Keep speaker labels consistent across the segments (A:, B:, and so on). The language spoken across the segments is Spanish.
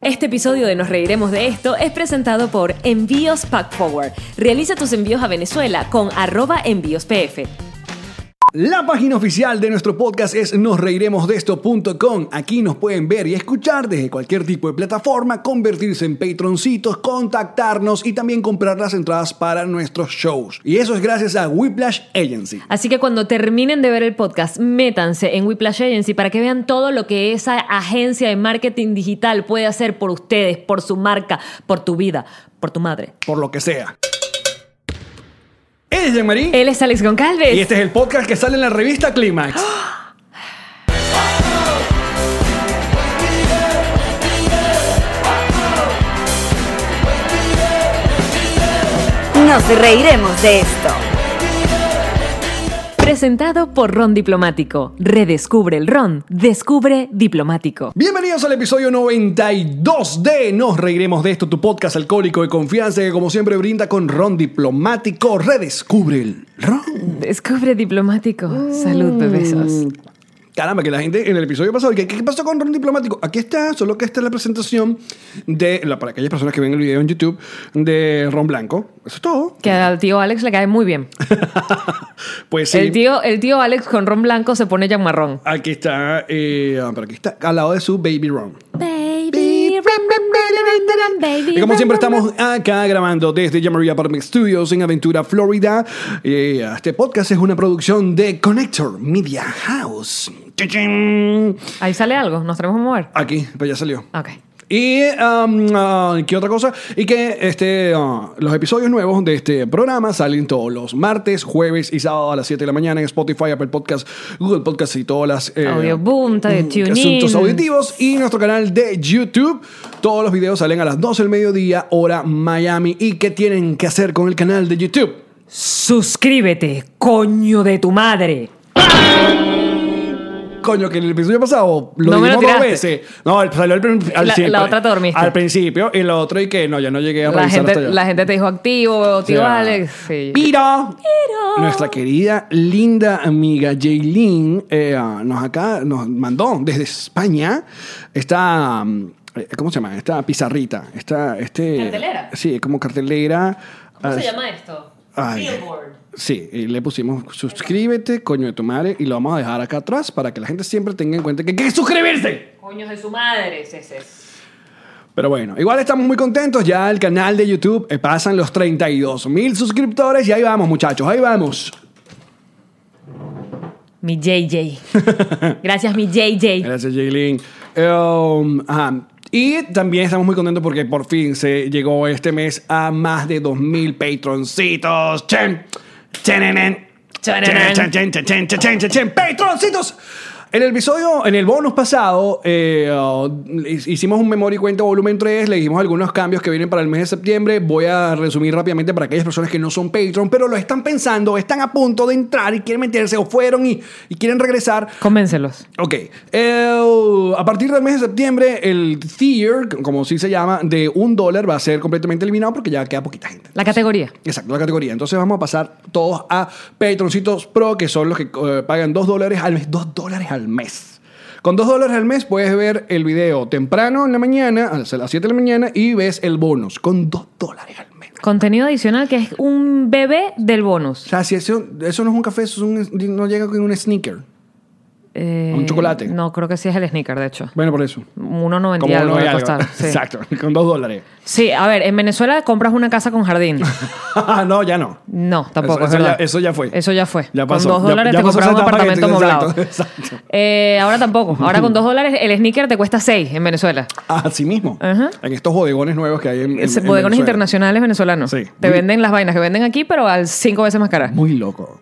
A: Este episodio de Nos Reiremos de Esto es presentado por Envíos Pack Forward. Realiza tus envíos a Venezuela con arroba envíospf.
B: La página oficial de nuestro podcast es nosreiremosdeesto.com. Aquí nos pueden ver y escuchar desde cualquier tipo de plataforma, convertirse en patroncitos, contactarnos y también comprar las entradas para nuestros shows. Y eso es gracias a Whiplash Agency.
A: Así que cuando terminen de ver el podcast, métanse en Whiplash Agency para que vean todo lo que esa agencia de marketing digital puede hacer por ustedes, por su marca, por tu vida, por tu madre.
B: Por lo que sea. Él es Jean-Marie.
A: Él es Alex Goncalves.
B: Y este es el podcast que sale en la revista Clímax.
C: Nos reiremos de esto.
A: Presentado por Ron Diplomático. Redescubre el Ron. Descubre Diplomático.
B: Bienvenidos al episodio 92 de Nos Reiremos de esto, tu podcast alcohólico de confianza que como siempre brinda con ron diplomático. Redescubre el ron.
A: Descubre Diplomático. Salud,
B: Mm.
A: bebesos.
B: Caramba, que la gente en el episodio pasado, ¿qué, qué pasó con Ron Diplomático? Aquí está, solo que esta es la presentación de, la, para aquellas personas que ven el video en YouTube, de Ron Blanco. Eso es todo.
A: Que al tío Alex le cae muy bien.
B: Pues sí.
A: El, tío, el tío Alex con ron blanco se pone ya marrón.
B: Aquí está, eh, ah, pero aquí está, al lado de su Baby Ron.
A: Baby,
B: Y como siempre estamos acá grabando desde Jamaria Apartment Studios en Aventura, Florida. Eh, Este podcast es una producción de Connector Media House. ¡Chichín!
A: Ahí sale algo, nos tenemos que mover.
B: Aquí, pues ya salió.
A: Ok.
B: Y um, ah, qué otra cosa y que este ah, los episodios nuevos de este programa salen todos los martes, jueves y sábado a las 7 de la mañana en Spotify, Apple Podcast, Google Podcast y todas las eh,
A: Audioboom, de
B: mm,
A: TuneIn.
B: asuntos auditivos y nuestro canal de YouTube. Todos los videos salen a las 12 del mediodía hora Miami y qué tienen que hacer con el canal de YouTube.
A: Suscríbete, coño de tu madre.
B: Coño, que en el episodio pasado lo
A: No me lo
B: dijimos dos
A: tiraste.
B: veces. No, el- salió al, prin- al
A: La-
B: siempre.
A: la otra te dormiste.
B: Al principio y lo otro y que no, ya no llegué a
A: La
B: revisar hasta
A: gente,
B: allá.
A: la gente te dijo activo, tío
B: sea,
A: Alex. eh, Sí.
B: Piro. Nuestra querida, linda amiga Jaylin eh, ah, nos acá nos mandó desde España esta. mm, eh, ¿Cómo se llama? Esta pizarrita. Esta, este,
A: ¿Cartelera?
B: Sí, como cartelera.
A: ¿Cómo se
B: Ah,
A: llama esto?
B: Ay.
A: Billboard.
B: Sí, y le pusimos suscríbete, coño de tu madre, y lo vamos a dejar acá atrás para que la gente siempre tenga en cuenta que hay que suscribirse.
A: Coños de su madre, ese es.
B: Pero bueno, igual estamos muy contentos. Ya el canal de YouTube eh, pasan los 32 mil suscriptores y ahí vamos, muchachos, ahí vamos.
A: Mi JJ. Gracias, mi JJ.
B: Gracias, Jaylin. Um, ajá. Y también estamos muy contentos porque por fin se llegó este mes a más de 2.000 patroncitos. ¡Chen! ¡Chenenen!
A: Chananán.
B: ¡Chen, chen, chen, chen, chen, chen, chen, chen! patroncitos En el episodio, en el bonus pasado, eh, oh, hicimos un memoria y cuenta volumen 3, le dijimos algunos cambios que vienen para el mes de septiembre. Voy a resumir rápidamente para aquellas personas que no son Patreon, pero lo están pensando, están a punto de entrar y quieren meterse o fueron y- y quieren regresar.
A: Convéncelos.
B: Ok. El- a partir del mes de septiembre, el tier, como sí se llama, de un dólar va a ser completamente eliminado porque ya queda poquita gente.
A: La categoría.
B: Exacto, la categoría. Entonces vamos a pasar todos a Patroncitos Pro, que son los que eh, pagan dos dólares al mes. Dos dólares al mes. Con dos dólares al mes puedes ver el video temprano en la mañana, a las 7 de la mañana, y ves el bonus. Con dos dólares al mes.
A: Contenido adicional que es un bebé del
B: O
A: bonus.
B: sea, si eso, eso no es un café, eso es un- no llega con un sneaker.
A: Eh,
B: Un chocolate.
A: No, creo que sí es el sneaker, de hecho.
B: Bueno, por eso.
A: 1.90 y
B: uno
A: algo
B: ve
A: debe
B: algo.
A: costar. Sí.
B: Exacto, con dos dólares.
A: Sí, a ver, en Venezuela compras una casa con jardín.
B: no, ya no.
A: No, tampoco.
B: Eso-
A: es
B: eso
A: verdad.
B: ya- eso ya fue.
A: Eso ya fue.
B: Ya pasó.
A: Con dos
B: Ya-
A: dólares
B: ya
A: te
B: pasó
A: compras un
B: esa etapa que
A: apartamento
B: te-
A: amoblado.
B: exacto, exacto.
A: Eh, ahora tampoco. Ahora con dos dólares el sneaker te cuesta seis en Venezuela.
B: Así mismo.
A: Ajá.
B: En estos bodegones nuevos que hay en, en-
A: Es-
B: en
A: Bodegones
B: Venezuela.
A: internacionales venezolanos.
B: Sí.
A: Te
B: Muy-
A: venden las vainas que venden aquí, pero al cinco veces más cara.
B: Muy loco.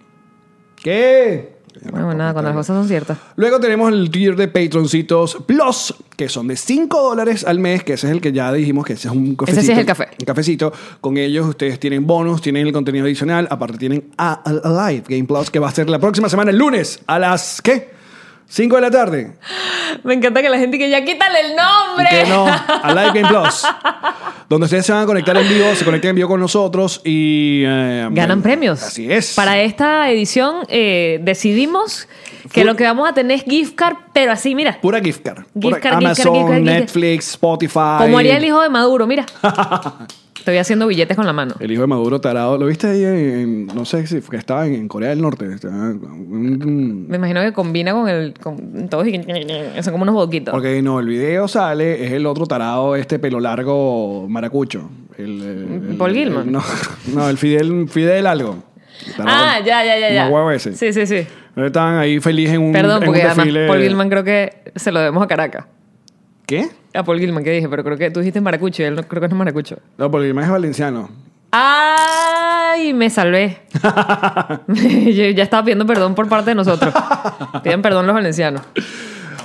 B: ¿Qué?
A: Bueno, nada, cuando las cosas son ciertas.
B: Luego tenemos el tier de Patroncitos Plus, que son de 5 dólares al mes, que ese es el que ya dijimos que ese es un
A: sí
B: cafecito.
A: es el café.
B: Un cafecito. Con ellos ustedes tienen bonos, tienen el contenido adicional, aparte tienen a a- a Live Game Plus, que va a ser la próxima semana, el lunes, a las, ¿qué? 5 de la tarde.
A: Me encanta que la gente que ya quítale el
B: ¿Y
A: nombre.
B: qué no? A Live Game Plus. Donde ustedes se van a conectar en vivo, se conectan en vivo con nosotros y... eh,
A: Ganan
B: bueno,
A: premios.
B: Así es.
A: Para esta edición eh, decidimos que
B: Full-
A: lo que vamos a tener es gift card, pero así, mira.
B: Pura gift card. Pura-
A: Gift card, gift card,
B: Amazon,
A: gift card, gift card.
B: Netflix, Spotify.
A: Como haría el hijo de Maduro, mira. Estoy haciendo billetes con la mano.
B: El hijo de Maduro tarado. ¿Lo viste ahí en, no sé si fue que estaba en, en Corea del Norte? Estaba- mm,
A: Me imagino que combina con el. Con todos y son como unos boquitos.
B: Ok, no, el video sale, es el otro tarado, este pelo largo maracucho. El, eh, el-
A: Mm, Paul Gilman.
B: el- no, no, el Fidel, Fidel algo. El tarado,
A: Ah, ya, ya, ya, ya.
B: más huevo ese.
A: Sí, sí, sí.
B: Estaban ahí felices en un
A: Perdón,
B: en un
A: porque además
B: desfile.
A: Paul Gilman creo que se lo debemos a Caracas.
B: ¿Qué?
A: A Paul Gilman, que dije, pero creo que tú dijiste maracucho y él no, creo que no es maracucho.
B: No, Paul Gilman es valenciano.
A: ¡Ay! Me salvé. Yo ya estaba pidiendo perdón por parte de nosotros. Piden perdón los valencianos.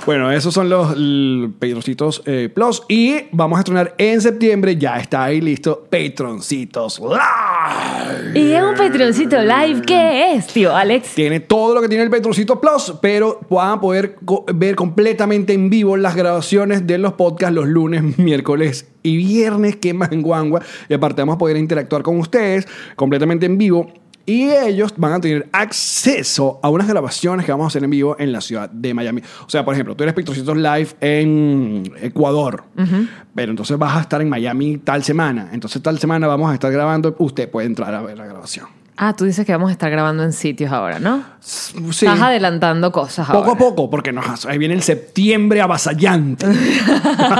B: Bueno, esos son los l- Patroncitos eh, Plus. Y vamos a estrenar en septiembre. Ya está ahí listo. Patroncitos Live.
A: Y es un Patreoncito live. ¿Qué es, tío? Alex.
B: Tiene todo lo que tiene el Patroncito Plus, pero van a poder co- ver completamente en vivo las grabaciones de los podcasts los lunes, miércoles y viernes. Que manguangua. Y aparte, vamos a poder interactuar con ustedes completamente en vivo. Y ellos van a tener acceso a unas grabaciones que vamos a hacer en vivo en la ciudad de Miami. O sea, por ejemplo, tú eres Patroncitos Live en Ecuador, pero entonces vas a estar en Miami tal semana. Entonces, tal semana vamos a estar grabando. Usted puede entrar a ver la grabación.
A: Ah, tú dices que vamos a estar grabando en sitios ahora, ¿no?
B: Sí.
A: Estás adelantando cosas
B: Poco
A: ahora.
B: a poco, porque nos, ahí viene el septiembre avasallante.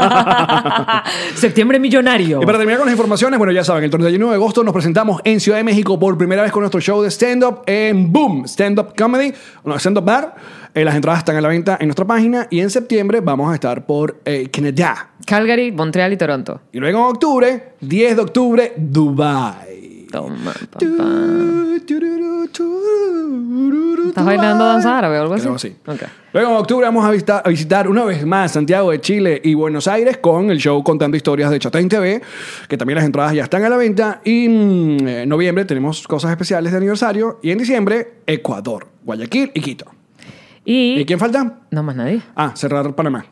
A: Septiembre millonario.
B: Y para terminar con las informaciones, bueno, ya saben, el 31 de agosto nos presentamos en Ciudad de México por primera vez con nuestro show de stand-up en Boom, Stand-up Comedy, no, Stand-up Bar. Eh, las entradas están a la venta en nuestra página y en septiembre vamos a estar por eh, Canadá.
A: Calgary, Montreal y Toronto.
B: Y luego en octubre, 10 de octubre, Dubai.
A: Toma, papá.
B: ¿Estás
A: ¿Estás bailando danza árabe o algo así?
B: Creo que sí.
A: Ok.
B: Luego en octubre vamos a vista- a visitar una vez más Santiago de Chile y Buenos Aires con el show Contando Historias de Chatén TV, que también las entradas ya están a la venta. Y mm, en noviembre tenemos cosas especiales de aniversario. Y en diciembre, Ecuador, Guayaquil y Quito.
A: Y,
B: ¿Y quién falta?
A: no más nadie.
B: Ah, cerrar Panamá.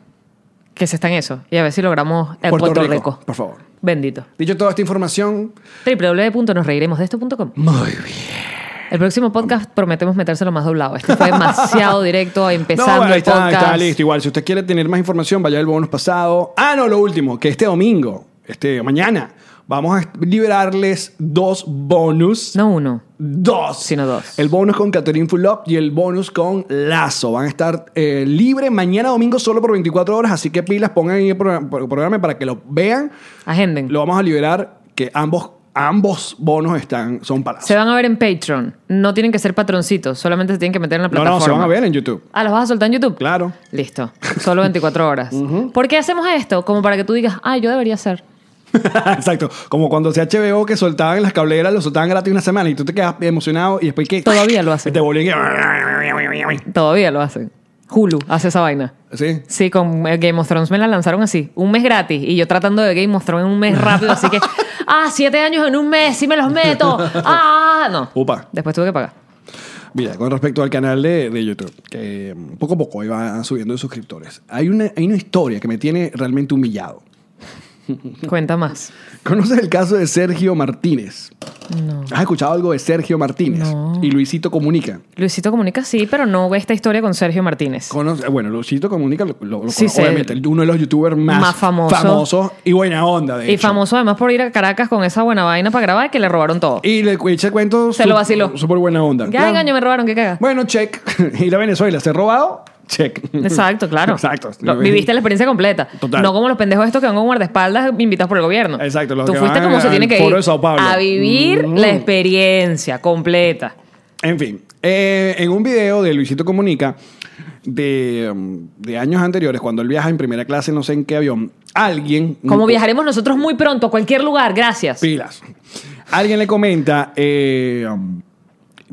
A: Que se está en eso. Y a ver si logramos el Puerto, Rico.
B: Por favor.
A: Bendito.
B: Dicho toda esta información,
A: www.nosreiremosesto.com
B: muy bien.
A: El próximo podcast prometemos metérselo más doblado. Este fue demasiado directo empezando
B: No, bueno, ahí
A: el
B: está, ahí
A: podcast.
B: está listo. Igual, si usted quiere tener más información, vaya al bonus pasado. Ah, no, lo último, que este domingo, este mañana, vamos a liberarles dos bonus.
A: No uno.
B: Dos.
A: Sino dos.
B: El bonus con Catherine Fulop y el bonus con Lazo. Van a estar eh, libre mañana domingo solo por 24 horas, así que pilas, pongan ahí el programa, el programa para que lo vean.
A: Agenden.
B: Lo vamos a liberar, que ambos, ambos bonos están, son para Lazo.
A: Se van a ver en Patreon. No tienen que ser patroncitos. Solamente se tienen que meter en la
B: no,
A: plataforma.
B: no, se van a ver en YouTube.
A: Ah, ¿los vas a soltar en YouTube?
B: Claro.
A: Listo. Solo 24 horas. ¿Por qué hacemos esto? Como para que tú digas, ah, yo debería ser.
B: Exacto. Como cuando se HBO que soltaban las cableras, lo soltaban gratis una semana y tú te quedas emocionado y después que.
A: Todavía lo hacen.
B: Te volvían que-
A: Todavía lo hacen. Hulu hace esa vaina.
B: Sí.
A: Sí, con eh, Game of Thrones me la lanzaron así, un mes gratis. Y yo tratando de Game of Thrones en un mes rápido, así que, ah, siete años en un mes, sí me los meto. Ah, no.
B: Upa.
A: Después tuve que pagar.
B: Mira, con respecto al canal de, de YouTube, que mm, poco a poco ahí va subiendo de suscriptores. Hay una, hay una historia que me tiene realmente humillado.
A: Cuenta más.
B: ¿Conoces el caso de Sergio Martínez?
A: No.
B: ¿Has escuchado algo de Sergio Martínez?
A: No.
B: Y Luisito Comunica.
A: Luisito comunica, sí, pero no ve esta historia con Sergio Martínez.
B: Conoce- bueno, Luisito Comunica, lo, lo- lo
A: Sí,
B: conoce,
A: sé.
B: obviamente, uno de los youtubers más,
A: Más famoso.
B: famosos y buena onda, de
A: y
B: hecho.
A: famoso además por ir a Caracas con esa buena vaina para grabar que le robaron todo.
B: Y le eché cuento.
A: Se lo vaciló.
B: Súper buena onda.
A: ya, engaño, me robaron, qué caga.
B: Bueno, check. Ir a Venezuela, ¿se ha robado? Check.
A: Exacto, claro.
B: Exacto.
A: Lo- viviste la experiencia completa.
B: Total.
A: No como los pendejos estos que van con guardaespaldas invitados por el gobierno.
B: Exacto, los
A: Tú
B: que
A: fuiste
B: van
A: como se
B: al
A: tiene que
B: Foro
A: ir.
B: de Sao Paulo.
A: A vivir
B: Mm.
A: la experiencia completa.
B: En fin, eh, en un video de Luisito Comunica de, um, de años anteriores, cuando él viaja en primera clase, no sé en qué avión, alguien.
A: Como viajaremos nosotros muy pronto a cualquier lugar, gracias.
B: Pilas. Alguien le comenta. eh, um,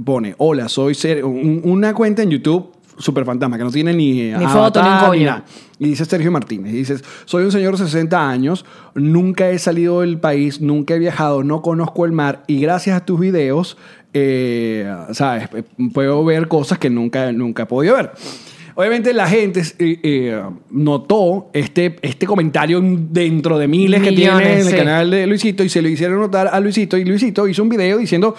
B: pone, hola, soy Ser- un- una cuenta en YouTube super fantasma, que no tiene ni, eh,
A: Ni foto, ni un coño.
B: nada. Y dice Sergio Martínez, y dices, soy un señor de 60 años, nunca he salido del país, nunca he viajado, no conozco el mar y gracias a tus videos, eh, sabes, P- puedo ver cosas que nunca, nunca he podido ver. Obviamente la gente eh, eh, notó este, este comentario dentro de miles que
A: Millones,
B: tiene el
A: sí.
B: canal de Luisito y se lo hicieron notar a Luisito y Luisito hizo un video diciendo,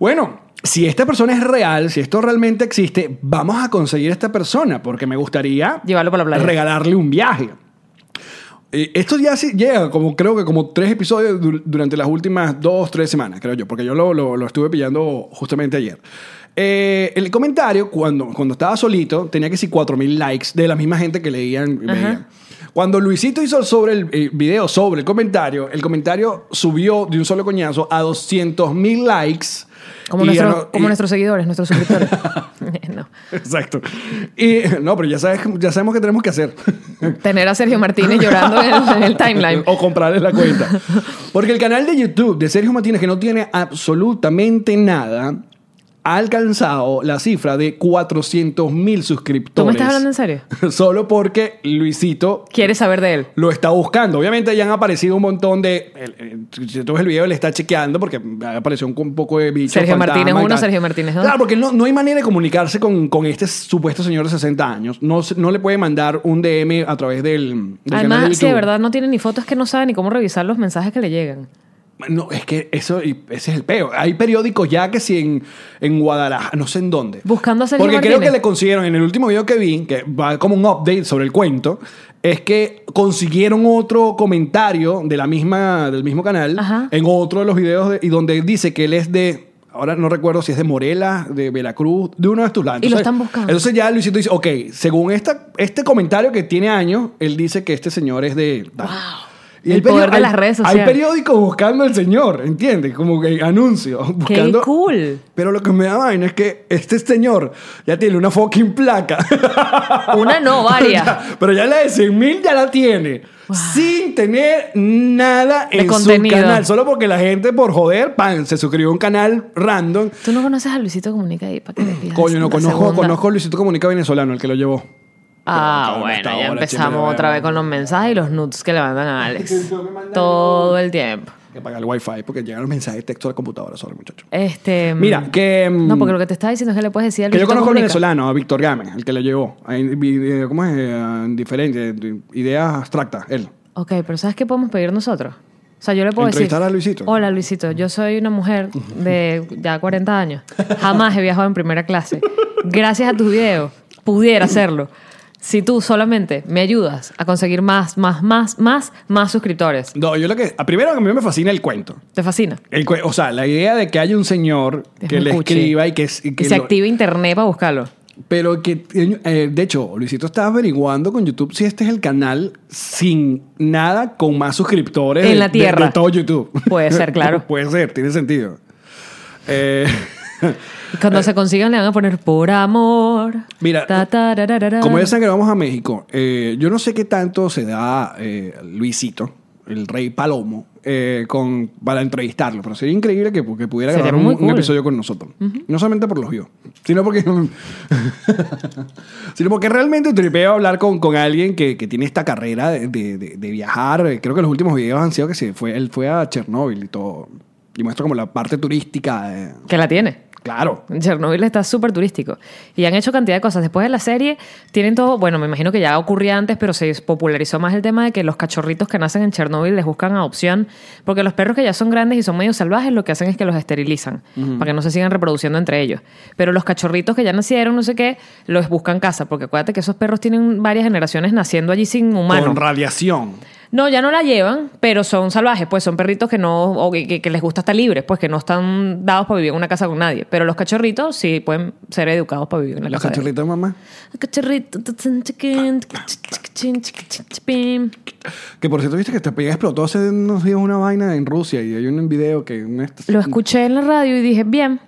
B: bueno, si esta persona es real, si esto realmente existe, vamos a conseguir a esta persona porque me gustaría
A: Llevarlo para la playa.
B: regalarle un viaje. Eh, Esto ya sí llega, como creo que como tres episodios du- durante las últimas dos, tres semanas, creo yo, porque yo lo, lo- lo estuve pillando justamente ayer. Eh, el comentario, cuando, cuando estaba solito, tenía que si 4.000 likes de la misma gente que leían. y
A: Ajá.
B: veían. Cuando Luisito hizo sobre el eh, video, sobre el comentario, el comentario subió de un solo coñazo a 200.000 likes.
A: Como,
B: Y
A: nuestro-
B: ganó-
A: como
B: y-
A: nuestros seguidores, nuestros suscriptores. no.
B: Exacto. Y no, pero ya, sabes, ya sabemos qué tenemos que hacer.
A: Tener a Sergio Martínez llorando en el, en el timeline.
B: o comprarles la cuenta. Porque el canal de YouTube de Sergio Martínez, que no tiene absolutamente nada, ha alcanzado la cifra de 400 mil suscriptores.
A: ¿Tú me estás hablando en serio?
B: Solo porque Luisito
A: ¿Quieres saber de él?
B: lo está buscando. Obviamente ya han aparecido un montón de... el- el- Si tú ves el video, le está chequeando porque apareció un, un poco de bicho.
A: Sergio
B: fantasma
A: Martínez
B: y
A: uno,
B: tal.
A: Sergio Martínez dos.
B: Claro, porque no, no hay manera de comunicarse con, con este supuesto señor de 60 años. No, se- no le puede mandar un DM a través del... del canal de
A: Además, si de
B: YouTube.
A: verdad no tiene ni fotos, es que no sabe ni cómo revisar los mensajes que le llegan.
B: No, es que eso, y ese es el peo. Hay periódicos ya que si en, en Guadalajara, no sé en dónde.
A: Buscando a Sergio
B: Porque creo
A: Martínez.
B: que le consiguieron, en el último video que vi, que va como un update sobre el cuento, es que consiguieron otro comentario de la misma, del mismo canal
A: Ajá.
B: en otro de los videos de- y donde dice que él es de... Ahora no recuerdo si es de Morelas, de Veracruz, de uno de estos lados.
A: Y lo
B: Entonces-
A: están buscando.
B: Entonces ya Luisito dice, ok, según esta, este comentario que tiene años, él dice que este señor es de... Y
A: El
B: hay
A: poder
B: perio-
A: de
B: hay-
A: las redes
B: Hay
A: sociales.
B: periódicos buscando al señor, ¿entiendes? Como que anuncios.
A: ¡Qué
B: Buscando.
A: cool!
B: Pero lo que me da vaina es que este señor ya tiene una fucking placa.
A: Una Ah, no, varias.
B: Ya, pero ya la de 100 mil ya la tiene. Sin tener nada
A: De
B: en
A: contenido.
B: su canal. Solo porque la gente, por joder, pan, se suscribió a un canal random.
A: Tú no conoces a Luisito Comunica ahí para que le pidas.
B: Mm, Coño, no
A: una
B: conozco,
A: segunda?
B: conozco a Luisito Comunica venezolano, el que lo llevó.
A: Ah,
B: Pero, cabrón, hasta
A: bueno, ya
B: ahora,
A: empezamos
B: siempre lo
A: otra
B: vemos.
A: vez con los mensajes y los nudes que le mandan a Alex.
B: Yo me mandé
A: Todo el tiempo.
B: Que paga el wifi porque llegan los mensajes de texto a la computadora solo, muchacho.
A: Este.
B: Mira, que. mm,
A: No, porque lo que te estaba diciendo es que le puedes decir al
B: Que yo conozco a un
A: Comunica.
B: venezolano, a Víctor Gámez, el que lo llevó. A- eh, ¿Cómo es? Eh, Diferente, eh, ideas abstractas, él.
A: Ok, pero ¿sabes qué podemos pedir nosotros? O sea, yo le puedo
B: Entrevistar
A: decir.
B: a Luisito.
A: Hola, Luisito. Yo soy una mujer de ya 40 años. Jamás he viajado en primera clase. Gracias a tus videos, pudiera hacerlo. Si tú solamente me ayudas a conseguir más, más, más, más, más suscriptores.
B: No, yo lo que. a- Primero, que a mí me fascina el cuento.
A: ¿Te fascina?
B: El cue- o sea, la idea de que haya un señor
A: Es
B: que
A: muy
B: le
A: cuchi.
B: escriba y que, y que
A: Que se
B: lo-
A: active internet para buscarlo.
B: Pero que, eh, de hecho, Luisito está averiguando con YouTube si este es el canal sin nada con más suscriptores
A: En
B: de-
A: la
B: de-
A: tierra.
B: de todo YouTube.
A: Puede ser, claro.
B: Puede ser, tiene sentido. Eh,
A: Y cuando se consigan le van a poner por amor.
B: Mira,
A: Ta, ta, ra, ra, ra, ra.
B: Como ya saben que vamos a México, eh, yo no sé qué tanto se da eh, Luisito, el rey Palomo, eh, con, para entrevistarlo, pero sería increíble que, que pudiera
A: Sería
B: grabar un,
A: muy
B: un
A: cool.
B: episodio con nosotros. No solamente por los views, sino porque, sino porque realmente tripeo hablar con, con alguien que, que tiene esta carrera de, de- de- de viajar. Eh, Creo que los últimos videos han sido que se fue, él fue a Chernóbil y todo. Y muestra como la parte turística. eh,
A: Que la tiene.
B: claro.
A: Chernobyl está súper turístico. Y han hecho cantidad de cosas. Después de la serie, tienen todo. Bueno, me imagino que ya ocurría antes, pero se popularizó más el tema de que los cachorritos que nacen en Chernobyl les buscan adopción. Porque los perros que ya son grandes y son medio salvajes, lo que hacen es que los esterilizan para que no se sigan reproduciendo entre ellos. Pero los cachorritos que ya nacieron, no sé qué, los buscan casa. Porque acuérdate que esos perros tienen varias generaciones naciendo allí sin humanos.
B: Con radiación.
A: No, ya no la llevan, pero son salvajes, pues son perritos que no, o que, que- que les gusta estar libres, pues que no están dados para vivir en una casa con nadie. Pero los cachorritos sí pueden ser educados para vivir en la
B: Los
A: casa. de-
B: cachorritos, mamá.
A: Cachorrito, tachin, chiquin, chiquin, chiquin, chiquin.
B: Que por cierto, viste que te pegué, explotó hace unos días una vaina en Rusia y hay un video que. una-
A: Lo escuché en la radio y dije, bien.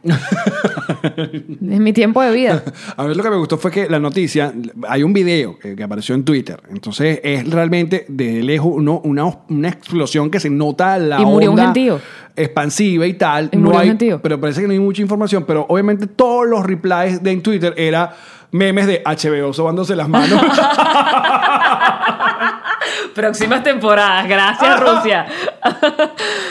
A: es mi tiempo de vida.
B: A ver, lo que me gustó fue que la noticia, hay un video que, que apareció en Twitter. Entonces es realmente de lejos uno- una, una explosión que se nota la
A: Y murió un
B: onda
A: gentío.
B: expansiva y tal.
A: Y murió un
B: hay,
A: gentío.
B: pero parece que no hay mucha información, pero obviamente todos los replies de en Twitter era memes de HBO sobándose las manos.
A: Próximas temporadas. Gracias, Rusia.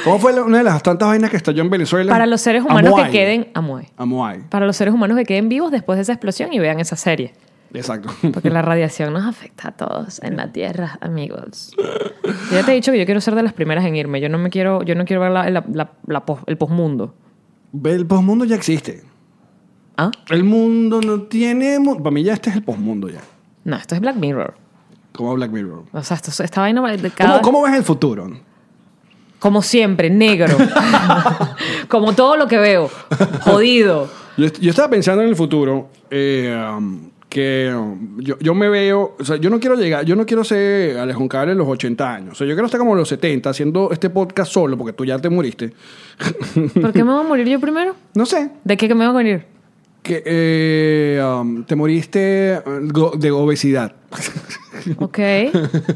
B: ¿Cómo fue la- una de las tantas vainas que estalló en Venezuela?
A: Para los seres humanos
B: Amoay.
A: que queden. Amue.
B: Amoay.
A: Para los seres humanos que queden vivos después de esa explosión y vean esa serie.
B: Exacto.
A: Porque la radiación nos afecta a todos en la Tierra, amigos. Yo ya te he dicho que yo quiero ser de las primeras en irme. Yo no me quiero, yo no quiero ver la- la- la- la pos- el posmundo.
B: El posmundo ya existe.
A: ¿Ah?
B: El mundo no tiene... mu- Para mí ya este es el posmundo ya.
A: No, esto es Black Mirror.
B: Como Black Mirror.
A: O sea, esto, esta vaina va de cada-
B: ¿Cómo, cómo ves el futuro?
A: Como siempre, negro. como todo lo que veo. Jodido.
B: Yo, est- yo estaba pensando en el futuro eh, um, que um, yo, yo me veo, o sea, yo no quiero llegar, yo no quiero ser Alex Juncal en los 80 años. O sea, yo quiero estar como en los 70 haciendo este podcast solo porque tú ya te moriste.
A: ¿Por qué me voy a morir yo primero?
B: No sé,
A: ¿De qué que me voy a morir?
B: que eh, um, te moriste eh, go- de obesidad.
A: Ok.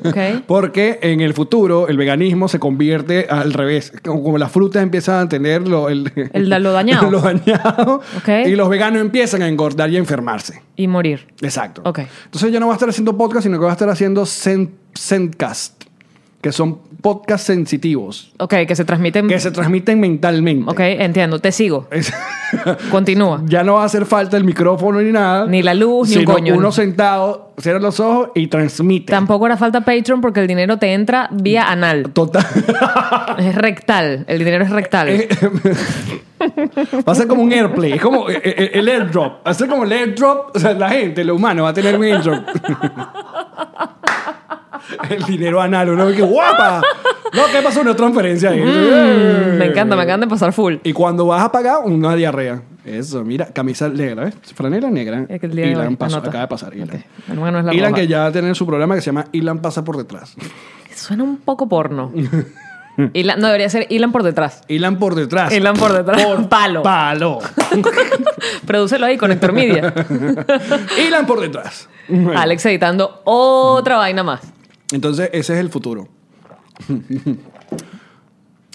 A: Ok.
B: Porque en el futuro el veganismo se convierte al revés. Como, como las frutas empiezan a tener lo, el,
A: El da- lo dañado.
B: lo dañado.
A: Ok.
B: Y los veganos empiezan a engordar y a enfermarse.
A: Y morir.
B: Exacto.
A: Ok.
B: Entonces yo no voy a estar haciendo podcast, sino que voy a estar haciendo sen- Sendcast, que son podcasts sensitivos,
A: Ok, que se transmiten.
B: que se transmiten mentalmente.
A: Mm. Ok, entiendo. Te sigo.
B: Es-
A: Continúa.
B: ya no va a hacer falta el micrófono ni nada.
A: Ni la luz, ni un
B: sino
A: coño.
B: Uno sentado, cierra los ojos y transmite.
A: Tampoco hará falta Patreon porque el dinero te entra vía anal.
B: Total.
A: Es rectal. El dinero es
B: Eh,
A: rectal.
B: va a ser como un airplay, es como eh, eh, el airdrop. Va a ser como el airdrop, o sea, la gente, lo humano, va a tener un airdrop. el dinero anal, uno ve que guapa. No, ¿qué pasó? Una transferencia ahí.
A: Mm, me encanta, me encanta de pasar full.
B: Y cuando vas a pagar, una diarrea. Eso, mira, camisa negra, ¿ves? Franela negra.
A: Es que el día de
B: Ilan
A: hoy,
B: pasó,
A: anota.
B: acaba de pasar. Ilan.
A: Ok. Bueno, bueno, es la
B: Ilan
A: roja.
B: que ya va a tener su programa que se llama Ilan pasa por detrás.
A: Suena un poco porno. Ilan- no, debería ser Ilan por detrás.
B: Ilan por detrás.
A: Ilan por detrás. palo.
B: Palo.
A: Producelo ahí con Héctor Media.
B: Ilan por detrás.
A: Alex editando otra vaina más.
B: Entonces, ese es el futuro.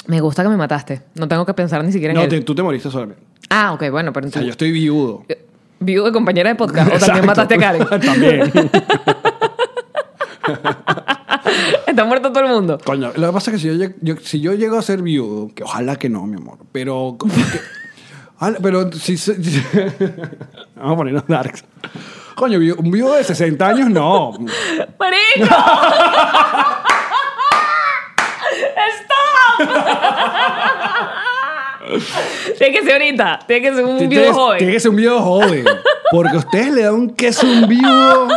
A: Me gusta que me mataste. No tengo que pensar ni siquiera en
B: No,
A: él.
B: te- tú te moriste solamente.
A: Ah, ok, bueno, pero
B: O sea, yo
A: entonces.
B: estoy viudo.
A: Vivo de compañera de podcast. O
B: Exacto.
A: también mataste a Karen.
B: también.
A: Está muerto todo el mundo.
B: Coño, lo que pasa es que si yo, lleg- yo- si yo llego a ser viudo, que ojalá que no, mi amor, pero... co- que- ojalá- pero si... se- vamos a ponernos darks. Coño, viu- un viudo de 60 años, no.
A: ¡Marico! ¡Stop! tiene que ser ahorita. Tiene que ser un video
B: Tienes-
A: joven.
B: Tiene que ser un viudo joven. Porque a ustedes le dan un queso a un viudo...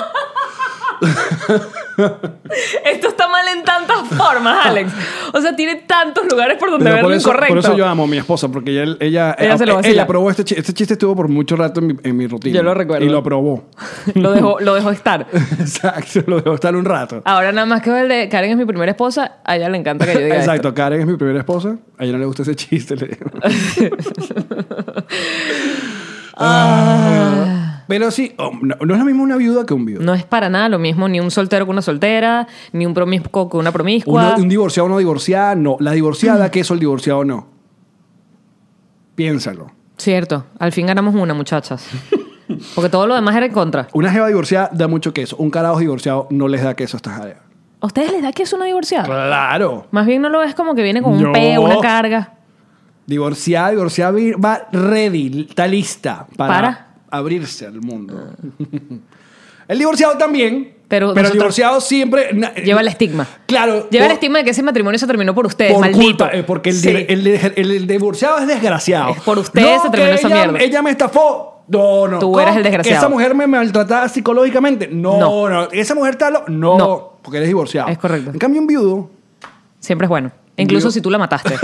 A: Esto está mal en tantas formas, Alex. O sea, tiene tantos lugares por donde
B: Pero
A: verlo
B: por, eso,
A: incorrecto.
B: por eso yo amo a mi esposa, porque ella, ella,
A: Ella se lo vacila.
B: ella aprobó este chiste. Este chiste estuvo por mucho rato en mi, en mi rutina.
A: Yo lo recuerdo.
B: Y lo aprobó.
A: lo, dejo, lo dejo estar.
B: Exacto, lo dejó estar un rato.
A: Ahora nada más que el de Karen es mi primera esposa, a ella le encanta Ah, que yo diga
B: Exacto, Karen es mi primera esposa. A ella no le gusta ese chiste. le digo. Ah, Pero sí, oh, no, no es lo mismo una viuda que un
A: esto.
B: viudo.
A: No es para nada lo mismo ni un soltero con una soltera, ni un promiscuo con una promiscua.
B: Uno- un divorciado, una divorciada, no. La divorciada, ¿qué es el divorciado, no? Piénsalo.
A: Cierto, al fin ganamos una, muchachas. Porque todo lo demás era en contra.
B: Una jeva divorciada da mucho queso. Un carajo divorciado no les da queso a estas jevas.
A: ¿A ustedes les da que es una divorciada?
B: Claro.
A: Más bien no lo ves como que viene con un
B: No.
A: peo, una carga.
B: Divorciada, divorciada, vi- va ready, está lista para,
A: ¿Para?
B: abrirse al mundo. el divorciado también,
A: Pero
B: pero, el
A: nosotros-
B: divorciado siempre... na-
A: Lleva el estigma.
B: Claro.
A: Lleva el
B: por-
A: estigma de que ese matrimonio se terminó por ustedes,
B: Por
A: maldito.
B: culpa, eh, porque el,
A: Sí.
B: di- el- el- el divorciado es desgraciado.
A: Es por ustedes se
B: que
A: terminó esa
B: ella-
A: mierda.
B: Ella me estafó. No, no.
A: Tú
B: ¿Cómo?
A: eres el desgraciado.
B: Esa mujer me maltrataba psicológicamente. No, no.
A: No.
B: Esa mujer tal. No,
A: No.
B: Porque eres divorciado.
A: Es correcto.
B: En cambio, un viudo.
A: Siempre es bueno. Incluso
B: Digo-
A: si tú la mataste.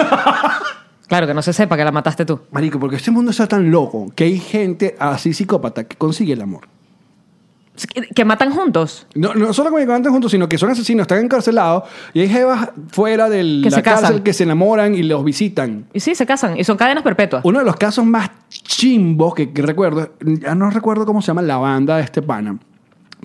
A: claro, que no se sepa que la mataste tú.
B: Marico, porque este mundo está tan loco que hay gente así psicópata que consigue el amor.
A: Que- Que matan juntos.
B: No, no solo como que cantan juntos, sino que son asesinos, están encarcelados y hay jevas fuera de
A: Que
B: la
A: se casan.
B: cárcel que se enamoran y los visitan.
A: Y sí, se casan. Y son cadenas perpetuas.
B: Uno de los casos más chimbos que, que recuerdo, ya no recuerdo cómo se llama la banda de este pana,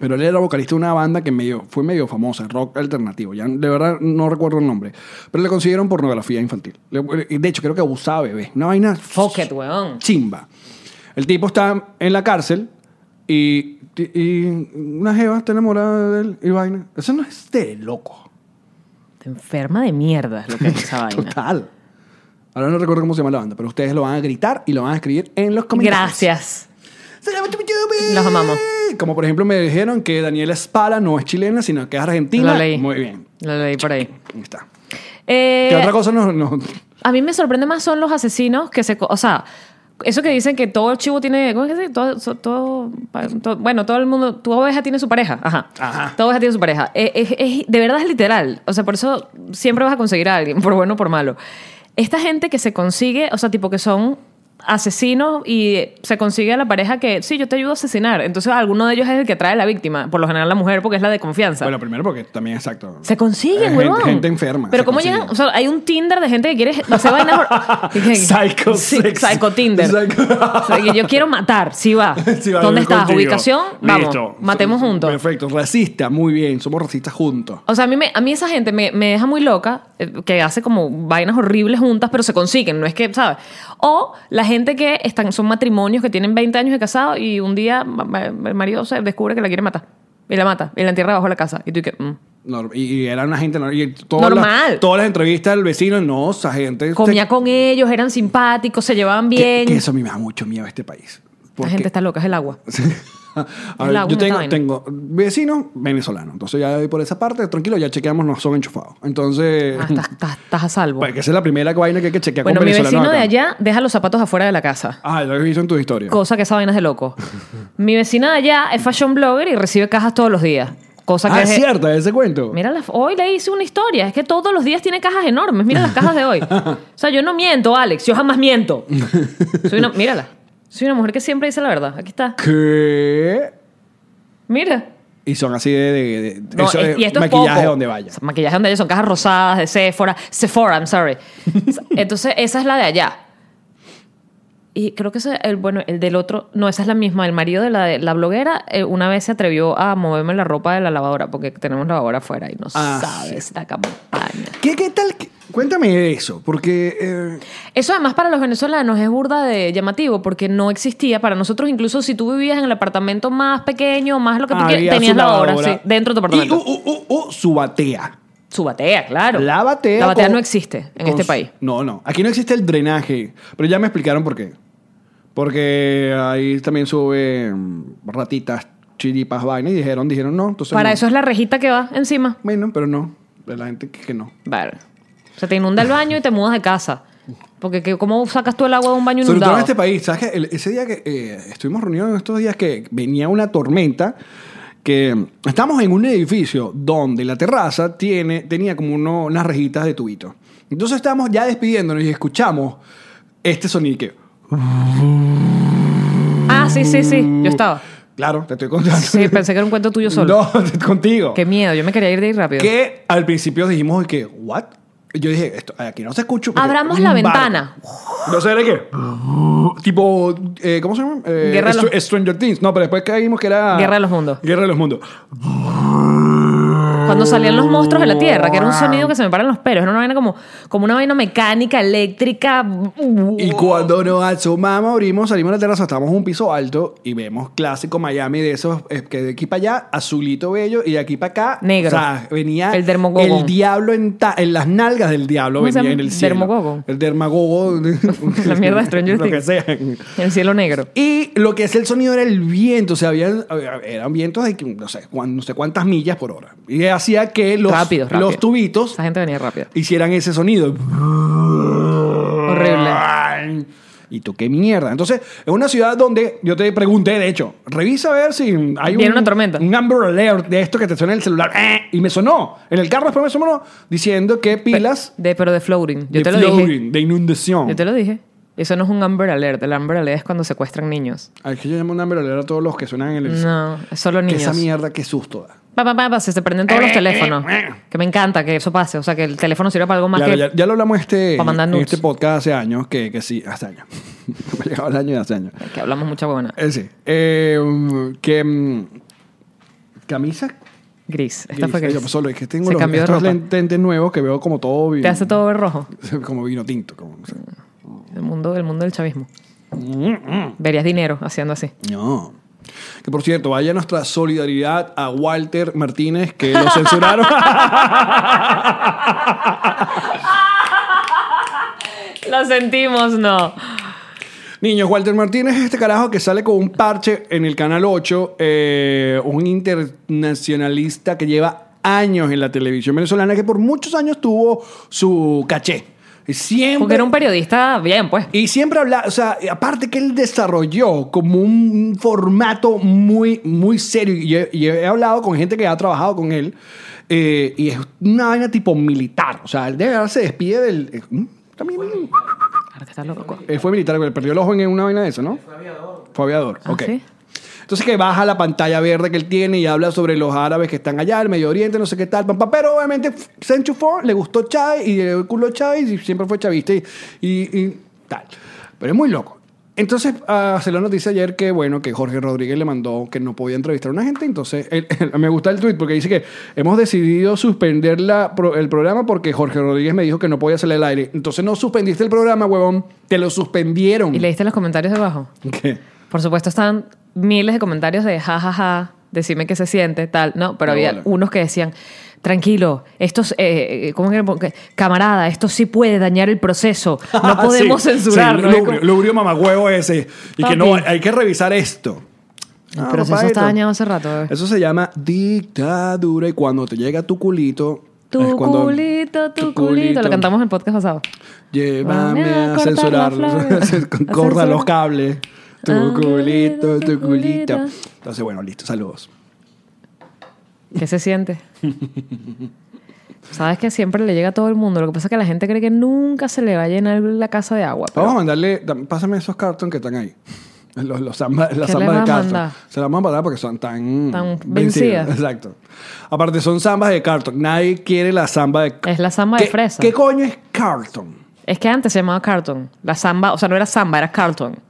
B: pero él era vocalista de una banda que medio, fue medio famosa, rock alternativo, ya de verdad no recuerdo el nombre, pero le consiguieron pornografía infantil. Le- De hecho, creo que abusaba de bebés, una vaina
A: Fuck it, weón.
B: chimba. El tipo está en la cárcel y, y una jeva está enamorada de él y vaina. Eso no es de loco.
A: Te enferma de mierda es lo que es esa vaina.
B: Total. Ahora no recuerdo cómo se llama la banda, pero ustedes lo van a gritar y lo van a escribir en los comentarios.
A: Gracias.
B: Los
A: Los amamos.
B: Como por ejemplo me dijeron que Daniela Spala no es chilena, sino que es argentina.
A: Lo leí.
B: Muy bien.
A: Lo leí por ahí.
B: Ahí está.
A: Eh,
B: ¿Qué otra cosa no, no-
A: A mí me sorprende más son los asesinos que se... co- O sea, eso que dicen que todo chivo tiene... ¿Cómo es que se dice? Todo, so- todo, pa- todo- bueno, todo el mundo... Tu oveja tiene su pareja. Ajá.
B: Ajá.
A: Toda oveja tiene su pareja. Eh, es- es- de verdad es literal. O sea, por eso siempre vas a conseguir a alguien, por bueno o por malo. Esta gente que se consigue, o sea, tipo que son asesinos y se consigue a la pareja que, sí, yo te ayudo a asesinar. Entonces, alguno de ellos es el que trae la víctima. Por lo general, la mujer, porque es la de confianza.
B: Bueno, primero porque también exacto.
A: Se
B: Eh,
A: consiguen,
B: gente-
A: huevón.
B: gente enferma,
A: Pero
B: se
A: ¿cómo
B: consigue.
A: llegan? O sea, hay un Tinder de gente que quiere... No se va a enamorar.
B: Psycho
A: Sí,
B: sex.
A: Psycho Tinder.
B: Psycho.
A: O sea, que yo quiero matar. Sí va.
B: Sí, va,
A: ¿Dónde
B: voy
A: estás?
B: contigo.
A: Ubicación. Vamos.
B: Listo.
A: Matemos juntos.
B: Perfecto. Racista, muy bien. Somos racistas juntos.
A: O sea, a mí, me- a mí esa gente me, me deja muy loca, eh, que hace como vainas horribles juntas, pero se consiguen, no es que, ¿sabes? O la gente que están, son matrimonios que tienen 20 años de casado y un día ma- ma- el marido se descubre que la quiere matar. Y la mata, y la entierra bajo la casa. Y tú y que... mm.
B: Nor- y, y era una gente nor- y todas
A: Normal.
B: las- todas las entrevistas del vecino, no, esa gente.
A: Comía
B: se-
A: con ellos, eran simpáticos, se llevaban
B: que,
A: bien.
B: que eso a mí me da mucho miedo a este país.
A: La
B: Porque-
A: gente está loca, es el agua.
B: A
A: El
B: ver,
A: agua,
B: yo tengo,
A: esta
B: tengo vecinos venezolanos. Entonces ya voy por esa parte, tranquilo, ya chequeamos, no son enchufados. Entonces,
A: Ah, estás, estás- estás a salvo.
B: pues, Eh. que esa es la primera vaina que hay que chequear
A: bueno,
B: con
A: mi
B: venezolanos.
A: vecino de
B: acá.
A: allá deja los zapatos afuera de la casa.
B: Ah, lo he visto en tu historia.
A: Cosa que esa vaina es de loco. mi vecina de allá es fashion blogger y recibe cajas todos los días. Cosa que
B: ah, es cierto, ese cuento.
A: Mira, la- hoy le hice una historia. Es que todos los días tiene cajas enormes. Mira las cajas de hoy. O sea, yo no miento, Alex. Yo jamás miento. Soy una, mírala. Soy una mujer que siempre dice la verdad. Aquí está.
B: Que.
A: Mira.
B: Y son así de. de- de-
A: No,
B: eso
A: es-
B: es
A: y esto es
B: maquillaje
A: poco.
B: donde vaya.
A: O sea, maquillaje donde vaya son cajas rosadas de Sephora. Sephora, I'm sorry. Entonces, esa es la de allá. Y creo que ese, el, bueno, el del otro, no, esa es la misma. El marido de la, de la bloguera eh, una vez se atrevió a moverme la ropa de la lavadora porque tenemos lavadora afuera y no
B: Ah,
A: sabes la campaña.
B: ¿Qué, qué tal? que- Cuéntame de eso, porque. eh,
A: Eso además para los venezolanos es burda de llamativo porque no existía. Para nosotros, incluso si tú vivías en el apartamento más pequeño, más lo que tú
B: había
A: quieras,
B: su
A: tenías lavadora
B: lavadora.
A: sí, dentro de tu apartamento.
B: Y, uh, uh, uh, uh, su batea.
A: Su batea, claro.
B: La batea.
A: La batea
B: con-
A: no existe en
B: con
A: este
B: su-
A: país.
B: No, no. Aquí no existe el drenaje. Pero ya me explicaron por qué. Porque ahí también sube mm, ratitas, chiripas, vaina. Y dijeron, dijeron no. Entonces
A: Para
B: no.
A: eso es la rejita que va encima.
B: Bueno, pero no. De la gente que, que no.
A: Vale. O sea, te inunda el baño y te mudas de casa. Porque que- ¿cómo sacas tú el agua de un baño
B: Sobre todo
A: inundado?
B: en este país. ¿Sabes qué? El- ese día que eh, estuvimos reunidos, en estos días que venía una tormenta, que mm, estamos en un edificio donde la terraza tiene, tenía como uno- unas rejitas de tubito. Entonces estábamos ya despidiéndonos y escuchamos este sonido que,
A: Ah, sí, sí, sí. Yo estaba.
B: claro, te estoy contando.
A: Sí, pensé que era un cuento tuyo solo.
B: Mm. No, contigo.
A: Qué miedo, yo me quería ir de ahí rápido.
B: Que al principio dijimos que, ¿what? Yo dije, esto, aquí no se escucha. porque
A: Abramos
B: es
A: la
B: un barco.
A: ventana.
B: No sé de qué. Tipo, eh, ¿cómo se llama? Eh,
A: Guerra de los-
B: Str- Stranger Things. No, pero después caímos que era.
A: Guerra de los Mundos.
B: Guerra de los Mundos.
A: Cuando salían los monstruos de la tierra, que era un sonido que se me paran los pelos. Era una vaina como, como una vaina mecánica, eléctrica. uh,
B: Y cuando nos asomamos, abrimos, salimos a la terraza, estábamos en un piso alto y vemos clásico Miami de esos, eh, que de aquí para allá, azulito bello y de aquí para acá.
A: Negro.
B: O sea, venía.
A: El dermogorgon.
B: El diablo en, ta- en las nalgas del diablo
A: ¿Cómo se
B: venía
A: llama?
B: en el cielo.
A: Dermogorgon.
B: El dermagogo.
A: La mierda de Stranger
B: Lo que
A: Things.
B: sea.
A: El cielo negro.
B: Y lo que es el sonido era el viento, o sea, había, había- eran vientos de no sé, cuán- no sé cuántas millas por hora. Y hacía que los,
A: rápido, rápido.
B: los tubitos
A: Esa gente venía rápido.
B: hicieran ese sonido.
A: Horrible.
B: Y tú qué mierda. Entonces, es una ciudad donde yo te pregunté, de hecho, revisa a ver si hay
A: Viene
B: un,
A: una tormenta.
B: un Amber Alert de esto que te suena en el celular. ¡Eh! Y me sonó. En el carro después me sonó diciendo que pilas
A: De, pero de floating. Yo
B: de
A: te lo dije.
B: flooding, de inundación.
A: Yo te lo dije. Eso no es un Amber Alert. El Amber Alert es cuando secuestran niños.
B: Ay, que yo llamo un Amber Alert a todos los que suenan en el...
A: No, es solo
B: Que
A: niños.
B: esa Eh, mierda, qué susto da.
A: Pa, pa, pa, pa, se, se prenden todos los teléfonos. Que me encanta que eso pase. O sea, que el teléfono sirva para algo más
B: Claro,
A: que...
B: ya, ya lo hablamos este,
A: Pa' mandar
B: en
A: nudes.
B: este podcast hace años, que, que sí, hace años. Me ha llegado el año de hace años.
A: Que hablamos mucha buena.
B: Eh, sí. Eh, mm, que mm, camisa
A: Gris. Esta
B: gris.
A: fue gris.
B: Yo, pues, solo es que tengo
A: se
B: los,
A: cambió de
B: estos
A: ropa.
B: lentes nuevos que veo como todo vi-
A: Te hace todo ver rojo.
B: como vino tinto. Como, no sé.
A: El mundo, el mundo del chavismo.
B: Mm,
A: Verías dinero haciendo así.
B: No. Que por cierto, vaya nuestra solidaridad a Walter Martínez, que lo censuraron.
A: Lo sentimos, no.
B: Niños, Walter Martínez es este carajo que sale con un parche en el Canal 8, eh, un internacionalista que lleva años en la televisión venezolana, que por muchos años tuvo su caché. Y Siempre,
A: Porque era un periodista bien, pues.
B: Y siempre habla, o sea, aparte que él desarrolló como un formato muy, muy serio. Y he, y he hablado con gente que ha trabajado con él. eh, y es una vaina tipo militar. O sea, él de verdad se despide del. eh, mm, también-
A: Ahora que está loco.
B: Él fue militar, pero perdió el ojo en una vaina de eso, ¿no? Fue aviador. Fue aviador,
A: Ah,
B: ok.
A: ¿sí?
B: Entonces que baja la pantalla verde que él tiene y habla sobre los árabes que están allá, el Medio Oriente, no sé qué tal, pam, pam. pero obviamente pf, se enchufó, le gustó Chávez y le dio el culo a Chávez y siempre fue chavista y, y- y tal. Pero es muy loco. Entonces, ah, se lo nos dice ayer que, bueno, que Jorge Rodríguez le mandó que no podía entrevistar a una gente. Entonces, él- él- me gusta el tweet porque dice que hemos decidido suspender la pro- el programa porque Jorge Rodríguez me dijo que no podía salir al aire. Entonces, no suspendiste el programa, huevón. Te lo suspendieron.
A: Y leíste los comentarios debajo.
B: ¿Qué?
A: Por supuesto, están miles de comentarios de jajaja, decime qué se siente, tal. No, pero
B: No,
A: había
B: vale.
A: unos que decían, tranquilo, estos, eh, eh, ¿cómo que le pon- Camarada, esto sí puede dañar el proceso. No
B: Ah,
A: podemos
B: sí.
A: censurarlo.
B: Sí,
A: Es como-
B: lubrio, lubrio mamagüevo ese. Y
A: Papi.
B: que no, hay que revisar esto.
A: El
B: Ah,
A: proceso
B: papadito.
A: está dañado hace rato. eh. bebé.
B: Eso se llama dictadura y cuando te llega tu culito. es
A: Tu
B: cuando-
A: culito, tu, culito. Lo cantamos en el podcast pasado.
B: Llévame
A: Vame a
B: a,
A: cortar
B: censurar.
A: las flores. A
B: Corta
A: censurar.
B: los cables. Tu
A: Ah,
B: culito, tu
A: tu culito.
B: culito. Entonces, bueno, listo, saludos.
A: ¿Qué se siente? Sabes que siempre le llega a todo el mundo. Lo que pasa es que la gente cree que nunca se le va a llenar la casa de agua. pero-
B: Vamos a mandarle, dam- pásame esos cartons que están ahí. Los, los samba, las
A: ¿Qué le
B: zambas de
A: vas a
B: cartón.
A: mandar?
B: Se las vamos a mandar porque son tan,
A: Tan vencidas.
B: Exacto. Aparte, son zambas de cartón. Nadie quiere la zamba de
A: Es la zamba de
B: ¿Qué-
A: fresa.
B: ¿Qué coño es cartón?
A: Es que antes se llamaba Carton. La samba, o sea, no era samba, era Carton.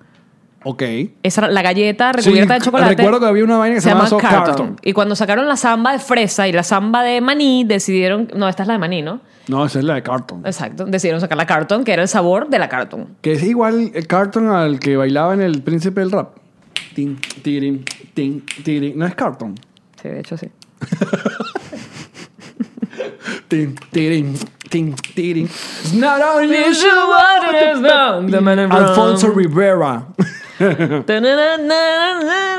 B: Ok.
A: Esa era la galleta recubierta
B: Sí,
A: de chocolate.
B: recuerdo que había una vaina que se llamaba
A: llamaba
B: So Carlton.
A: Y cuando sacaron la samba de fresa y la samba de maní, decidieron. No, esta es la de maní, ¿no?
B: No, esa es la de cartón.
A: Exacto. Decidieron sacar la Carton, que era el sabor de la Carton.
B: Que es igual el cartón al que bailaba en El Príncipe del Rap. Tin, tirin, tin, tirin. No es cartón.
A: Sí, de hecho, sí.
B: Tin, tirin, tin, tirin. It's not only Alfonso
A: Alfonso
B: Rivera. Bueno,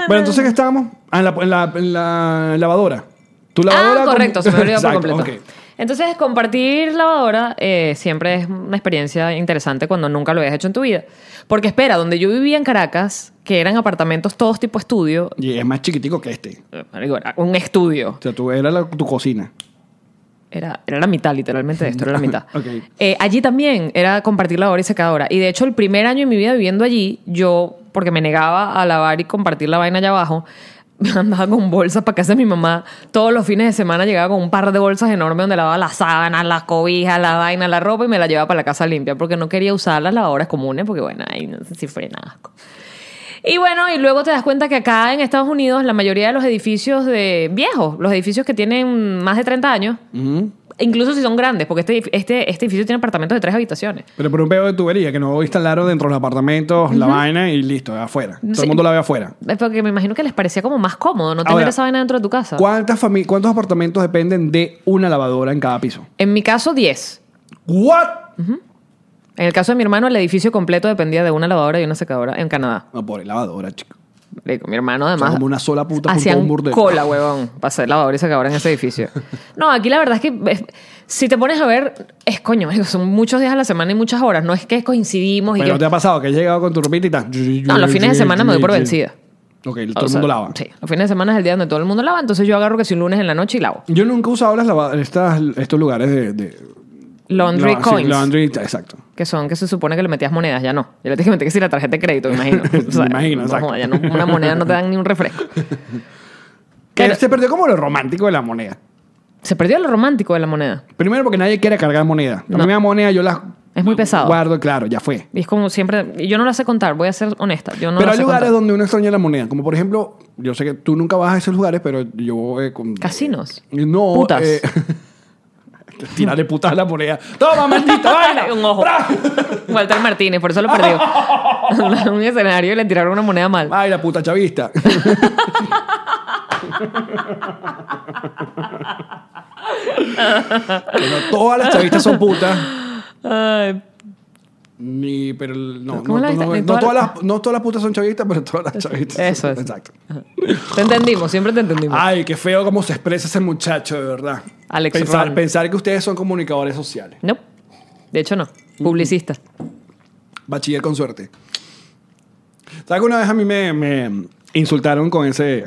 B: entonces, ¿qué estábamos? Ah, en la, en la- en la lavadora. Tu lavadora.
A: Ah,
B: con-
A: correcto, se me olvidó por
B: Exacto,
A: completo.
B: ok.
A: Entonces, compartir lavadora eh, siempre es una experiencia interesante cuando nunca lo habías hecho en tu vida. Porque espera, donde yo vivía en Caracas, que eran apartamentos todos tipo estudio,
B: Y es más chiquitico que este.
A: eh, marico, era un estudio.
B: O sea, tú, era la- tu cocina.
A: Era, era la mitad, literalmente, de esto era la mitad.
B: Ok.
A: Eh, allí también era compartir lavadora y secadora. Y de hecho, el primer año de mi vida viviendo allí, yo, porque me negaba a lavar y compartir la vaina allá abajo, andaba con bolsas para casa de mi mamá. Todos los fines de semana llegaba con un par de bolsas enormes donde lavaba las sábanas, las cobijas, la vaina, la ropa y me la llevaba para la casa limpia porque no quería usar las lavadoras comunes porque, bueno, ahí no sé si frenasco. Y bueno, y luego te das cuenta que acá en Estados Unidos la mayoría de los edificios de viejos, los edificios que tienen más de 30 años, incluso si son grandes, porque este, edif- este, este edificio tiene apartamentos de tres habitaciones.
B: Pero por un pedo de tubería que no instalaron dentro de los apartamentos la vaina y listo, afuera. Todo
A: Sí.
B: el mundo la ve afuera.
A: Es Porque me imagino que les parecía como más cómodo no tener
B: Ahora,
A: esa vaina dentro de tu casa.
B: ¿Cuántas fami- ¿Cuántos apartamentos dependen de una lavadora en cada piso?
A: En mi caso, 10.
B: ¿What?
A: En el caso de mi hermano, el edificio completo dependía de una lavadora y una secadora en Canadá.
B: No, pobre lavadora, chico.
A: Marico, Mi hermano,
B: Son
A: además.
B: como una sola puta junto a
A: Hacían
B: un burdel.
A: cola, huevón, para hacer lavadora y secadora en ese edificio. No, aquí la verdad es que es- si te pones a ver, es coño, marico, son muchos días a la semana y muchas horas. No es que coincidimos y
B: Pero
A: que-
B: te ha pasado que has llegado con tu ropita y tal.
A: No, los fines de semana me doy por vencida.
B: Ok,
A: O
B: todo el
A: sea,
B: mundo lava.
A: Sí, los fines de semana es el día donde todo el mundo lava, entonces yo agarro que si un lunes en la noche y lavo.
B: Yo nunca he usado las lava- estas, estos lugares de. de
A: Laundry
B: lava- sí,
A: coins.
B: laundry, exacto.
A: Que son que se supone que le metías monedas, ya no. Ya le tienes que meter que si la tarjeta de crédito, me imagino. O sea,
B: Me imagino,
A: no,
B: exacto.
A: ya no, una moneda no te dan ni un refresco.
B: Que
A: Pero-
B: se perdió como lo romántico de la moneda.
A: Se perdió lo romántico de la moneda.
B: Primero porque nadie quiere cargar moneda.
A: No.
B: La primera moneda yo las.
A: Es muy pesado.
B: Guardo, claro, ya fue.
A: Y es como siempre, y yo no la sé contar, voy a ser honesta. Yo no
B: pero
A: la
B: hay
A: sé
B: lugares
A: contar.
B: donde uno extraña la moneda. Como por ejemplo, yo sé que tú nunca vas a esos lugares, pero yo. eh, con-
A: Casinos.
B: No.
A: Putas.
B: eh, tirarle putas a la moneda. ¡Toma, maldita vaina!
A: Un ojo.
B: ¡Pra!
A: Walter Martínez, por eso lo perdió. un escenario y le tiraron una moneda mal.
B: ¡Ay, la puta chavista! Pero todas las chavistas son putas.
A: Ay,
B: Ni, pero el- no,
A: ¿Cómo
B: no,
A: la
B: no,
A: vista?
B: no,
A: Ni todas
B: todas
A: las-
B: las, no todas las putas son chavistas, pero todas las chavistas. son-
A: Eso es.
B: Exacto.
A: Te entendimos, siempre te entendimos.
B: Ay, qué feo cómo se expresa ese muchacho, de verdad.
A: Alex
B: pensar,
A: Ron.
B: pensar que ustedes son comunicadores sociales.
A: No. De hecho, no. Publicista.
B: Bachiller con suerte. ¿Sabes que una vez a mí me, me insultaron con ese...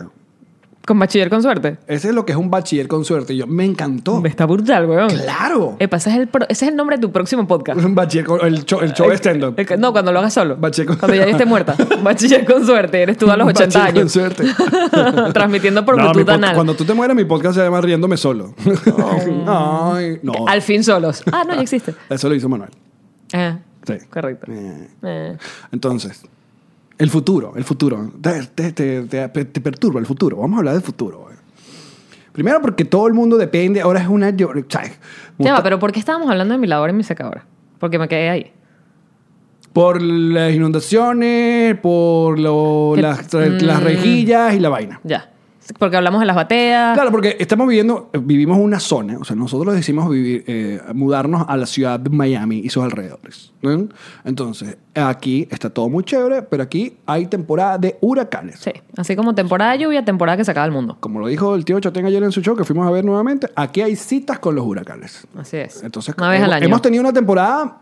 A: Con bachiller con suerte.
B: Ese es lo que es un bachiller con suerte. Y yo, me encantó.
A: Me está brutal, weón.
B: Oh. Claro.
A: Epa, ese es, el pro- ese es el nombre de tu próximo podcast.
B: Un bachiller con... El show, el show de stand-up.
A: El que- No, cuando lo hagas solo.
B: Bachiller con-
A: Cuando ya esté muerta. Bachiller con suerte. Eres tú a los 80
B: Bachiller con
A: años.
B: suerte.
A: Transmitiendo por
B: No, mi
A: Bluetooth
B: pod-
A: anal.
B: Cuando tú te mueras, mi podcast se llama Riéndome Solo. Ay, no.
A: Al fin solos. Ah, no, ya existe.
B: Eso lo hizo Manuel.
A: Ah,
B: Sí.
A: correcto.
B: Eh.
A: Eh.
B: Entonces, el futuro, el futuro. Te, te- te- te- te perturba el futuro. Vamos a hablar del futuro. güey. Primero porque todo el mundo depende. Ahora es una... yo- ¿sabes?
A: Ya va, pero ¿por qué estábamos hablando de mi lavadora y mi secadora? Porque me quedé ahí.
B: Por las inundaciones, por lo-
A: Que- mm.
B: las, las rejillas y la vaina.
A: Ya. Porque hablamos de las bateas.
B: Claro, porque estamos viviendo, vivimos una zona, o sea, nosotros decimos vivir, eh, mudarnos a la ciudad de Miami y sus alrededores. ¿no? Entonces, aquí está todo muy chévere, pero aquí hay temporada de huracanes.
A: Sí. Así como temporada de lluvia, temporada que se acaba el mundo.
B: Como lo dijo el tío Chaten ayer en su show que fuimos a ver nuevamente, aquí hay citas con los huracanes.
A: Así es.
B: Entonces,
A: Una vez
B: hemos,
A: al año.
B: hemos tenido una temporada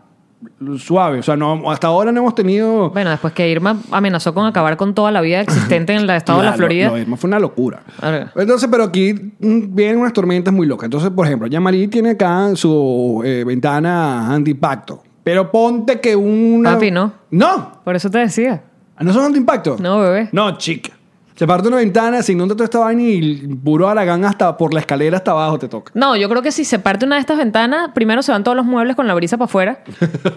B: suave, o sea, no, hasta ahora no hemos tenido...
A: Bueno, después que Irma amenazó con acabar con toda la vida existente en el estado de la
B: Claro,
A: Florida.
B: lo mismo, fue una locura.
A: Verga.
B: Entonces, pero aquí mm, vienen unas tormentas muy locas. Entonces, por ejemplo, Yamari tiene acá su eh, ventana antipacto. Pero ponte que una.
A: Papi, no.
B: No,
A: Por eso te decía.
B: no son antipacto.
A: No, bebé.
B: No, chica. Se parte una ventana, se inunda toda esta vaina y puro Aragán hasta por la escalera hasta abajo te toca.
A: No, yo creo que si se parte una de estas ventanas, primero se van todos los muebles con la brisa para afuera.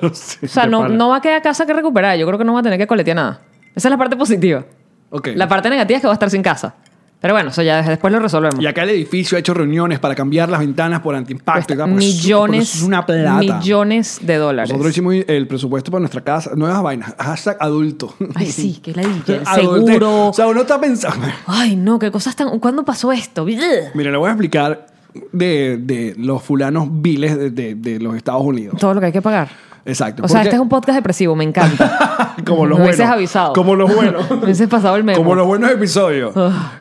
A: O sea, no, no va a quedar casa que recuperar. Yo creo que no va a tener que coletear nada. Esa es la parte positiva.
B: Ok.
A: La parte negativa es que va a estar sin casa. Pero bueno, eso ya después lo resolvemos.
B: Y acá el edificio ha hecho reuniones para cambiar las ventanas por antipacto.
A: Cuesta
B: y tal, porque es- porque
A: millones,
B: eso Es pues, una plata.
A: millones de dólares.
B: Nosotros hicimos el presupuesto para nuestra casa. Nuevas vainas. Hashtag adulto.
A: Ay, sí, qué ladilla.
B: Adultez.
A: Seguro.
B: O sea, uno está pensando.
A: Ay, no, qué cosas tan. ¿Cuándo pasó esto? Bleh.
B: Mira, le voy a explicar de, de los fulanos viles de, de- de los Estados Unidos.
A: Todo lo que hay que pagar.
B: Exacto.
A: O sea,
B: porque-
A: este es un podcast depresivo, me encanta.
B: como los
A: Me
B: buenos.
A: hubieses avisado.
B: Como los buenos.
A: Me hubieses pasado el memo. Ah.
B: Como los buenos episodios.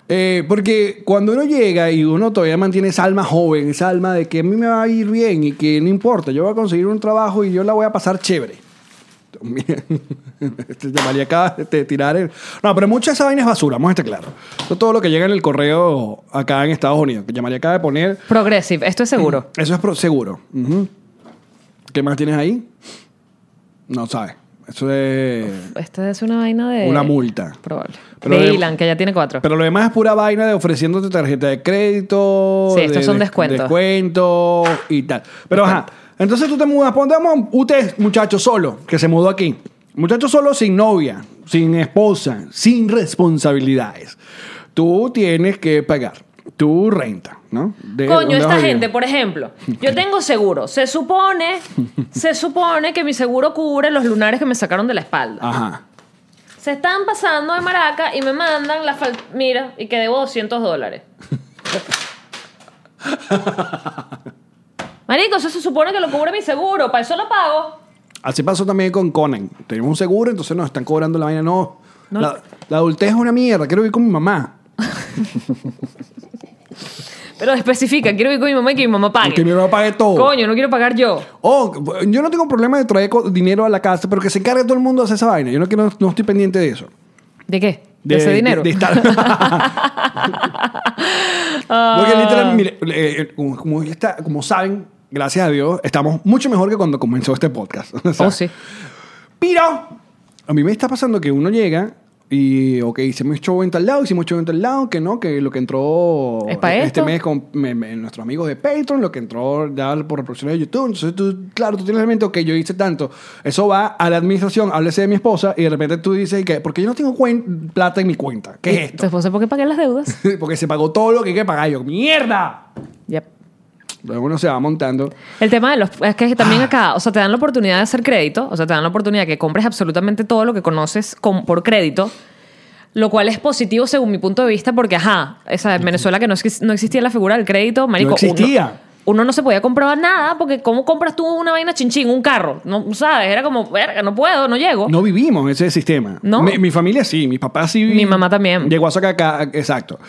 B: Eh, porque cuando uno llega y uno todavía mantiene esa alma joven, esa alma de que a mí me va a ir bien y que no importa, yo voy a conseguir un trabajo y yo la voy a pasar chévere. Mira, Te llamaría acá de tirar el... No, pero mucha de esa vaina es basura, vamos a estar claro. Eso todo lo que llega en el correo acá en Estados Unidos, que llamaría acá de poner...
A: Progressive, esto es seguro.
B: Eso es pro- seguro. Ujú. ¿Qué más tienes ahí? No sabes. Eso es...
A: Esta es una vaina de.
B: Una multa.
A: Probable.
B: Pero
A: de
B: de-
A: Ilan, que ya tiene cuatro.
B: Pero lo demás es pura vaina de ofreciéndote tarjeta de crédito.
A: Sí, estos
B: de-
A: son
B: de-
A: descuentos.
B: descuentos y tal. Pero ajá, entonces tú te mudas. Pongamos usted, muchacho solo, que se mudó aquí. Muchacho solo sin novia, sin esposa, sin responsabilidades. Tú tienes que pagar tu renta, ¿no? De- ¿dónde
A: Coño,
B: vas a
A: esta
B: vivir?
A: gente, pues. por ejemplo, yo tengo seguro. Se supone, se supone que mi seguro cubre los lunares que me sacaron de la espalda.
B: Ajá.
A: Se están pasando de maraca y me mandan la fal- Mira, y que debo 200 dólares. Marico, eso se supone que lo cubre mi seguro. Para eso lo pago.
B: Así pasó también con Conan. Tenemos un seguro, entonces nos están cobrando la vaina. No,
A: No.
B: La, la adultez es una mierda. Quiero vivir con mi mamá.
A: Pero especifica, quiero ir con mi mamá y que mi mamá pague.
B: Que mi mamá pague todo.
A: Coño, no quiero pagar yo.
B: Oh, yo no tengo problema de traer co- dinero a la casa, pero que se encargue todo el mundo de hacer esa vaina. Yo no, quiero- no estoy pendiente de eso.
A: ¿De qué? ¿De,
B: De,
A: ese dinero?
B: de- de estar- Porque
A: Ah.
B: literal, mire, eh, eh, como, como ya está- como saben, gracias a Dios, estamos mucho mejor que cuando comenzó este podcast. O sea,
A: Oh, sí.
B: Pero a mí me está pasando que uno llega y, ok, hicimos show en tal lado, hicimos show en tal lado, que no, que lo que entró
A: ¿Es pa'
B: este
A: esto?
B: mes con me- me- nuestros amigos de Patreon, lo que entró ya por reproducción de YouTube. Entonces tú, claro, tú tienes en mente, ok, yo hice tanto. Eso va a la administración, háblese de mi esposa y de repente tú dices, que porque yo no tengo cuen- plata en mi cuenta? ¿Qué es
A: ¿Tu esposa por qué pagué las deudas?
B: esto? Porque se pagó todo lo que hay que pagar. Yo, ¡mierda!
A: Yep.
B: Luego uno se va montando.
A: El tema de los. Es que también
B: Ah.
A: acá, o sea, te dan la oportunidad de hacer crédito, o sea, te dan la oportunidad de que compres absolutamente todo lo que conoces con- por crédito, lo cual es positivo según mi punto de vista, porque, ajá, esa en Venezuela que no, exis- no existía la figura del crédito, marico.
B: No existía.
A: Uno, uno no se podía comprar nada, porque ¿cómo compras tú una vaina chinchín, un carro? No sabes, era como, verga, no puedo, no llego.
B: No vivimos ese sistema.
A: Oh. No.
B: Mi, mi familia sí, mis papás sí.
A: Mi mamá también.
B: Llegó a sacar acá, exacto.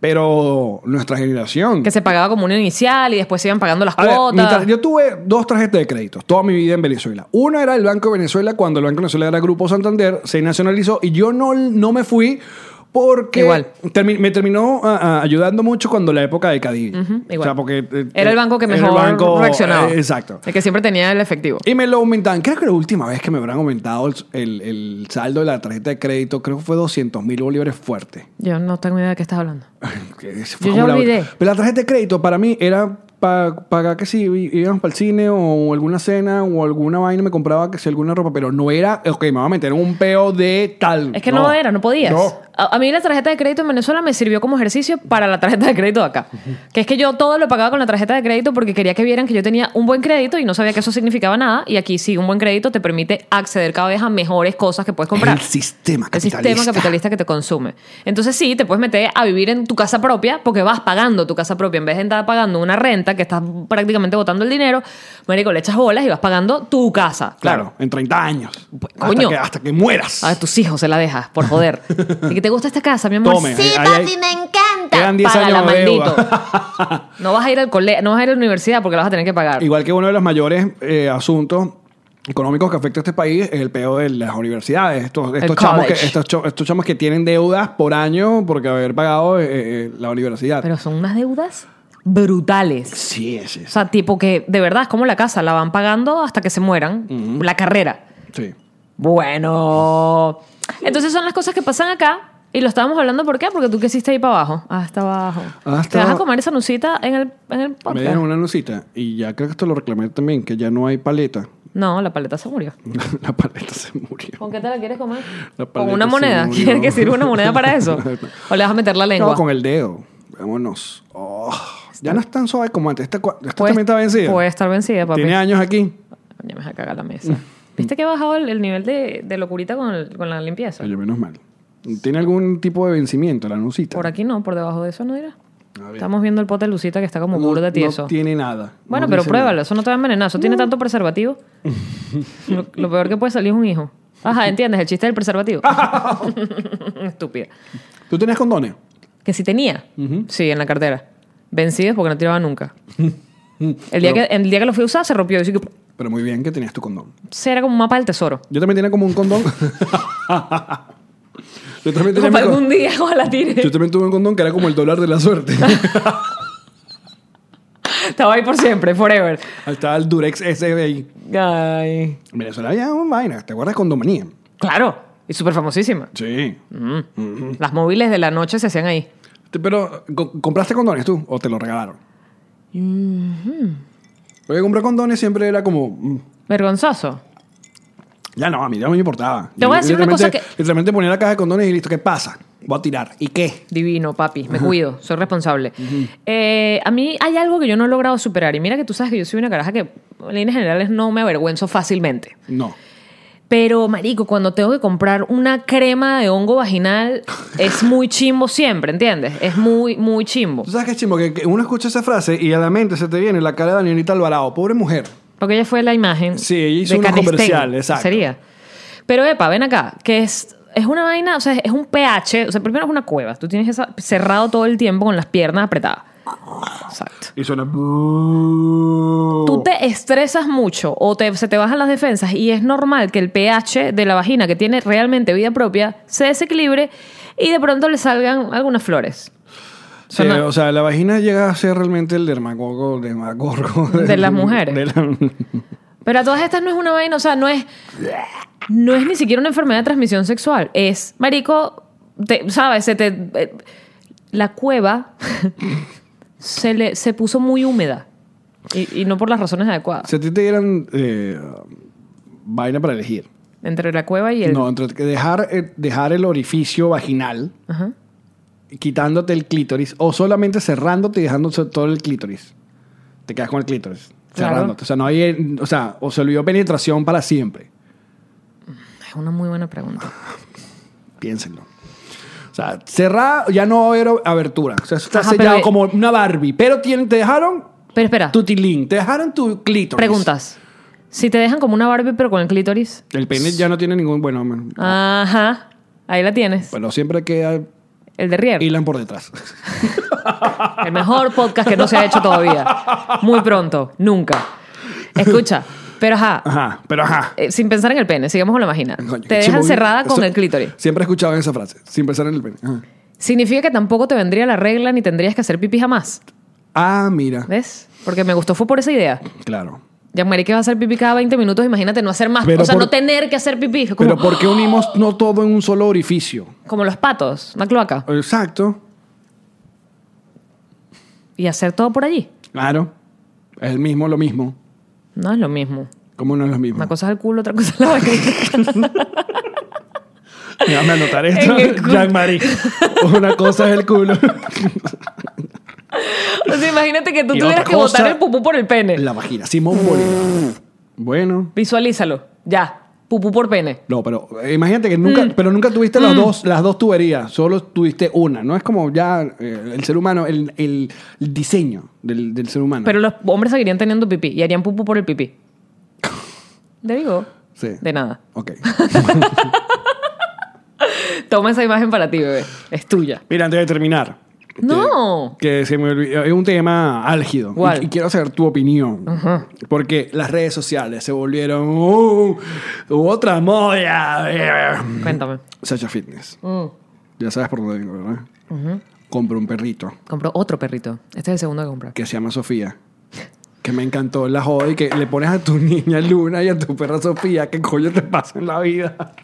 B: Pero nuestra generación.
A: Que se pagaba como una inicial y después se iban pagando las
B: A ver, mi
A: cuotas.
B: tar- yo tuve dos tarjetas de crédito toda mi vida en Venezuela. Una era el Banco de Venezuela, cuando el Banco de Venezuela era Grupo Santander, se nacionalizó y yo no, no me fui porque
A: Igual.
B: termi- me terminó ah, ah, ayudando mucho cuando la época de Cadivi.
A: Ujú,
B: O
A: igual.
B: sea, porque eh,
A: era el banco que
B: era el
A: mejor
B: banco,
A: reaccionaba.
B: eh, exacto.
A: El que siempre tenía el efectivo.
B: Y me lo aumentaban. Creo que la última vez que me habrán aumentado el, el- el saldo de la tarjeta de crédito, creo que fue 200 mil bolívares fuerte.
A: Yo no tengo idea de qué estás hablando.
B: Que ese fue
A: Yo
B: como
A: ya
B: la-
A: olvidé.
B: Pero la tarjeta de crédito para mí era para pagar que si í- íbamos para el cine o alguna cena o alguna vaina, me compraba que si alguna ropa, pero no era, ok, me va a meter en un peo de tal.
A: Es que no, era, no podías.
B: No.
A: A, a mí la tarjeta de crédito en Venezuela me sirvió como ejercicio para la tarjeta de crédito de acá. Que es que yo todo lo pagaba con la tarjeta de crédito porque quería que vieran que yo tenía un buen crédito y no sabía que eso significaba nada. Y aquí sí, un buen crédito te permite acceder cada vez a mejores cosas que puedes comprar.
B: El sistema
A: El
B: capitalista.
A: sistema capitalista que te consume. Entonces sí, te puedes meter a vivir en tu casa propia porque vas pagando tu casa propia. En vez de estar pagando una renta que estás prácticamente botando el dinero, marico, le echas bolas y vas pagando tu casa.
B: Claro, en 30 años.
A: Pues,
B: Hasta
A: coño.
B: que- Hasta, que, mueras.
A: A tus hijos se la dejas, por joder. ¿Y que te gusta esta casa, mi amor?
B: Tome.
A: Sí,
B: ahí- ahí-
D: papi, me encanta.
B: Quedan 10
A: Págala,
B: años de
A: maldito.
B: deuda.
A: No vas a ir al colegio, no vas a ir a la universidad porque la vas a tener que pagar.
B: Igual que uno de los mayores eh, asuntos económicos que afecta a este país es el peo de las universidades. Estos, estos, chamos, que,
A: college.
B: estos, cho- estos chamos que tienen deudas por año porque haber pagado eh, eh, la universidad.
A: Pero son unas deudas brutales.
B: sí, sí,
A: O
B: sí.
A: sea, tipo que de verdad es como la casa, la van pagando hasta que se mueran. La carrera.
B: Sí.
A: Bueno. Entonces son las cosas que pasan acá. Y lo estábamos hablando, ¿por qué? Porque tú qué hiciste ahí para abajo. ah, Hasta abajo.
B: Ah, Hasta
A: Te vas a
B: abajo.
A: comer esa nucita en el, en el
B: Me
A: podcast.
B: dieron una lucita y ya creo que esto lo reclamé también, que ya no hay paleta.
A: No, la paleta se murió.
B: la paleta se murió.
A: ¿Con qué te la quieres comer?
B: La
A: Con
B: paleta
A: una
B: se
A: moneda.
B: murió.
A: ¿Quieres que sirva una moneda para eso? ¿O le vas a meter la lengua?
B: No, con el dedo. Vámonos. Oh, ya no es tan suave como antes. Esta, cua- esta
A: Puede-
B: también está vencida.
A: Puede estar vencida, papi.
B: Tiene años aquí.
A: Coño, me vas a cagar la mesa. ¿Viste que he bajado el, el nivel de, de locurita con, el- con la limpieza?
B: Oye, menos mal. ¿Tiene algún tipo de vencimiento la nucita?
A: Por aquí no, por debajo de eso no dirá.
B: A ver.
A: Estamos viendo el pote de lucita que está como
B: No-
A: burda tieso.
B: No tiene nada.
A: bueno,
B: No
A: pero
B: dice
A: pruébalo,
B: nada.
A: eso no te va a envenenar. Eso tiene tanto preservativo. lo, lo peor que puede salir es un hijo. Ajá, ¿entiendes? El chiste del preservativo. Estúpida.
B: ¿Tú tenías condones?
A: Que si tenía. Sí, en la cartera. Vencidos porque no tiraba nunca. El día,
B: Pero-
A: que, el día que lo fui a usar se rompió. Y sí que-
B: Pero muy bien que tenías tu condón.
A: se era como un mapa del tesoro.
B: Yo también tenía como un condón. Yo también tenía
A: Como
B: mi con-
A: algún día, ojalá tire.
B: Yo también tuve un condón que era como el dólar de la suerte.
A: Estaba ahí por siempre, forever.
B: Ahí estaba el Durex SBI.
A: Ay.
B: En Venezuela había una vaina. ¿Te acuerdas? Condomanía.
A: Claro, y súper famosísima.
B: Sí. Mm.
A: Las móviles de la noche se hacían ahí.
B: Pero, ¿co- ¿compraste condones tú o te lo regalaron?
A: Mm-hmm.
B: Porque comprar condones siempre era como... mm,
A: Vergonzoso.
B: Ya no, a mí ya no me importaba.
A: Te voy a decir una cosa
B: Literalmente- Literalmente ponía la caja de condones y listo. ¿Qué pasa? Voy a tirar. ¿Y qué?
A: Divino, papi, me cuido, soy responsable. Eh, a mí hay algo que yo no he logrado superar. Y mira que tú sabes que yo soy una caraja que, en líneas generales, no me avergüenzo fácilmente.
B: No.
A: Pero, marico, cuando tengo que comprar una crema de hongo vaginal, es muy chimbo siempre, ¿entiendes? Es muy, muy chimbo.
B: ¿Tú sabes qué chimo? Que, que uno escucha esa frase y a la mente se te viene la cara de Danielita Alvarado. Pobre mujer.
A: Porque ella fue la imagen.
B: Sí, ella hizo
A: de
B: unos
A: Canestén,
B: comerciales, exacto.
A: Sería. Pero, epa, ven acá, que es, es una vaina, o sea, es un pH, o sea, primero es una cueva. Tú tienes esa, cerrado todo el tiempo con las piernas apretadas. Exacto.
B: Y suena...
A: Tú te estresas mucho o te- se te bajan las defensas y es normal que el pH de la vagina, que tiene realmente vida propia, se desequilibre y de pronto le salgan algunas flores.
B: Sí,
A: Suena-
B: o sea, la vagina llega a ser realmente el dermagorgo, dermagorgo
A: De las mujeres.
B: de la-
A: Pero a todas estas no es una vaina, o sea, no es. No es ni siquiera una enfermedad de transmisión sexual. Es, marico, te- ¿sabes? Se te, eh, la cueva se, le, se puso muy húmeda. Y, y no por las razones adecuadas.
B: Si a ti te dieran eh, vaina para elegir,
A: Entre la cueva y el.
B: no, entre que dejar, eh, dejar el orificio vaginal,
A: Ajá.
B: quitándote el clítoris, o solamente cerrándote y dejándote todo el clítoris. Te quedas con el clítoris.
A: Claro.
B: Cerrándote. O sea, no hay. O sea, o se olvidó penetración para siempre.
A: Es una muy buena pregunta.
B: Piénsenlo. O sea, cerrar ya no va a haber abertura. O sea, eso está
A: Ajá,
B: sellado
A: pero-
B: como una Barbie. Pero tienen- te dejaron
A: Pero espera,
B: tu tilín, te dejaron tu clítoris.
A: preguntas. Si te dejan como una Barbie pero con el clítoris.
B: El pene ya no tiene ningún. Bueno, bueno,
A: Ah. Ajá. Ahí la tienes.
B: bueno, siempre queda
A: el de Rier.
B: hilan por detrás.
A: El mejor podcast que no se ha hecho todavía. Muy pronto. Nunca. Escucha. Pero ajá.
B: Ajá, pero ajá.
A: eh, sin pensar en el pene, sigamos con la vagina.
B: Coño,
A: te
B: qué
A: dejan
B: chimbo.
A: cerrada con
B: Eso-
A: el clítoris.
B: Siempre he escuchado esa frase, sin pensar en el pene. Ajá.
A: Significa que tampoco te vendría la regla ni tendrías que hacer pipí jamás.
B: Ah, mira.
A: ¿Ves? Porque me gustó, fue por esa idea.
B: Claro.
A: Jean-Marie que va a hacer pipí cada 20 minutos, imagínate no hacer más.
B: Pero
A: o sea,
B: por-
A: no tener que hacer pipí. Es Como,
B: Pero ¿por qué unimos no todo en un solo orificio?
A: como los patos, una cloaca.
B: Exacto.
A: Y hacer todo por allí.
B: Claro. Es el mismo, lo mismo.
A: No es lo mismo.
B: ¿Cómo no es lo mismo?
A: Una cosa es el culo, otra cosa es la vagina.
B: Déjame anotar esto.
A: En el culo.
B: Jean-Marie. Una cosa es el culo.
A: o sea, imagínate que tú
B: Y
A: tuvieras
B: otra
A: que botar
B: cosa-
A: el pupú por el pene.
B: La vagina. Simón Bolívar. Bueno.
A: Visualízalo. Ya. Pupú por pene.
B: No, pero eh, imagínate que nunca,
A: Mm.
B: pero nunca tuviste las, dos, las dos tuberías, solo tuviste una. No es como ya eh, el ser humano, el, el- el diseño del, del ser humano.
A: Pero los hombres seguirían teniendo pipí y harían pupú por el pipí. Te digo.
B: Sí.
A: De nada.
B: Ok.
A: Toma esa imagen para ti, bebé. Es tuya.
B: Mira, antes de terminar.
A: No.
B: Que, que se me olvidó. Es un tema álgido.
A: ¿Cuál?
B: Y, y quiero saber tu opinión. Porque las redes sociales se volvieron uh, otra moda.
A: Cuéntame.
B: Sasha Fitness.
A: Mm.
B: Ya sabes por dónde vengo, ¿verdad? Compré un perrito
A: Compró otro perrito. Este es el segundo que compré.
B: que se llama Sofía. Que me encantó la joda y que le pones a tu niña Luna y a tu perra Sofía. ¿Qué coño te pasa en la vida?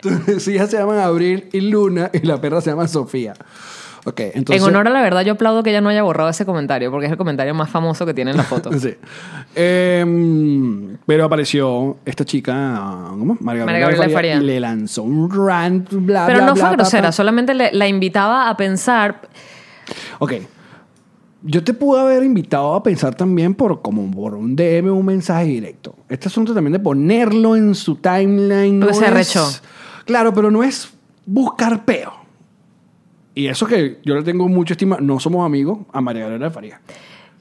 B: Tus hijas se llaman Abril y Luna y la perra se llama Sofía. Ok, entonces.
A: en honor a la verdad, yo aplaudo que ella no haya borrado ese comentario porque es el comentario más famoso que tiene en la foto.
B: Sí. Em, pero apareció esta chica, ¿cómo? María
A: María
B: Gabriela,
A: Gabriela
B: de Faría,
A: Faría.
B: y le lanzó un rant, bla,
A: Pero
B: bla,
A: no
B: bla,
A: fue
B: bla,
A: grosera,
B: bla.
A: solamente le- la invitaba a pensar.
B: Ok. Yo te pude haber invitado a pensar también por como por un DM o un mensaje directo. Este asunto también de ponerlo en su timeline.
A: Porque Pues se
B: es-
A: arrechó.
B: Claro, pero no es buscar peo. Y eso que yo le tengo mucha estima, no somos amigos a María Gabriela de Faría.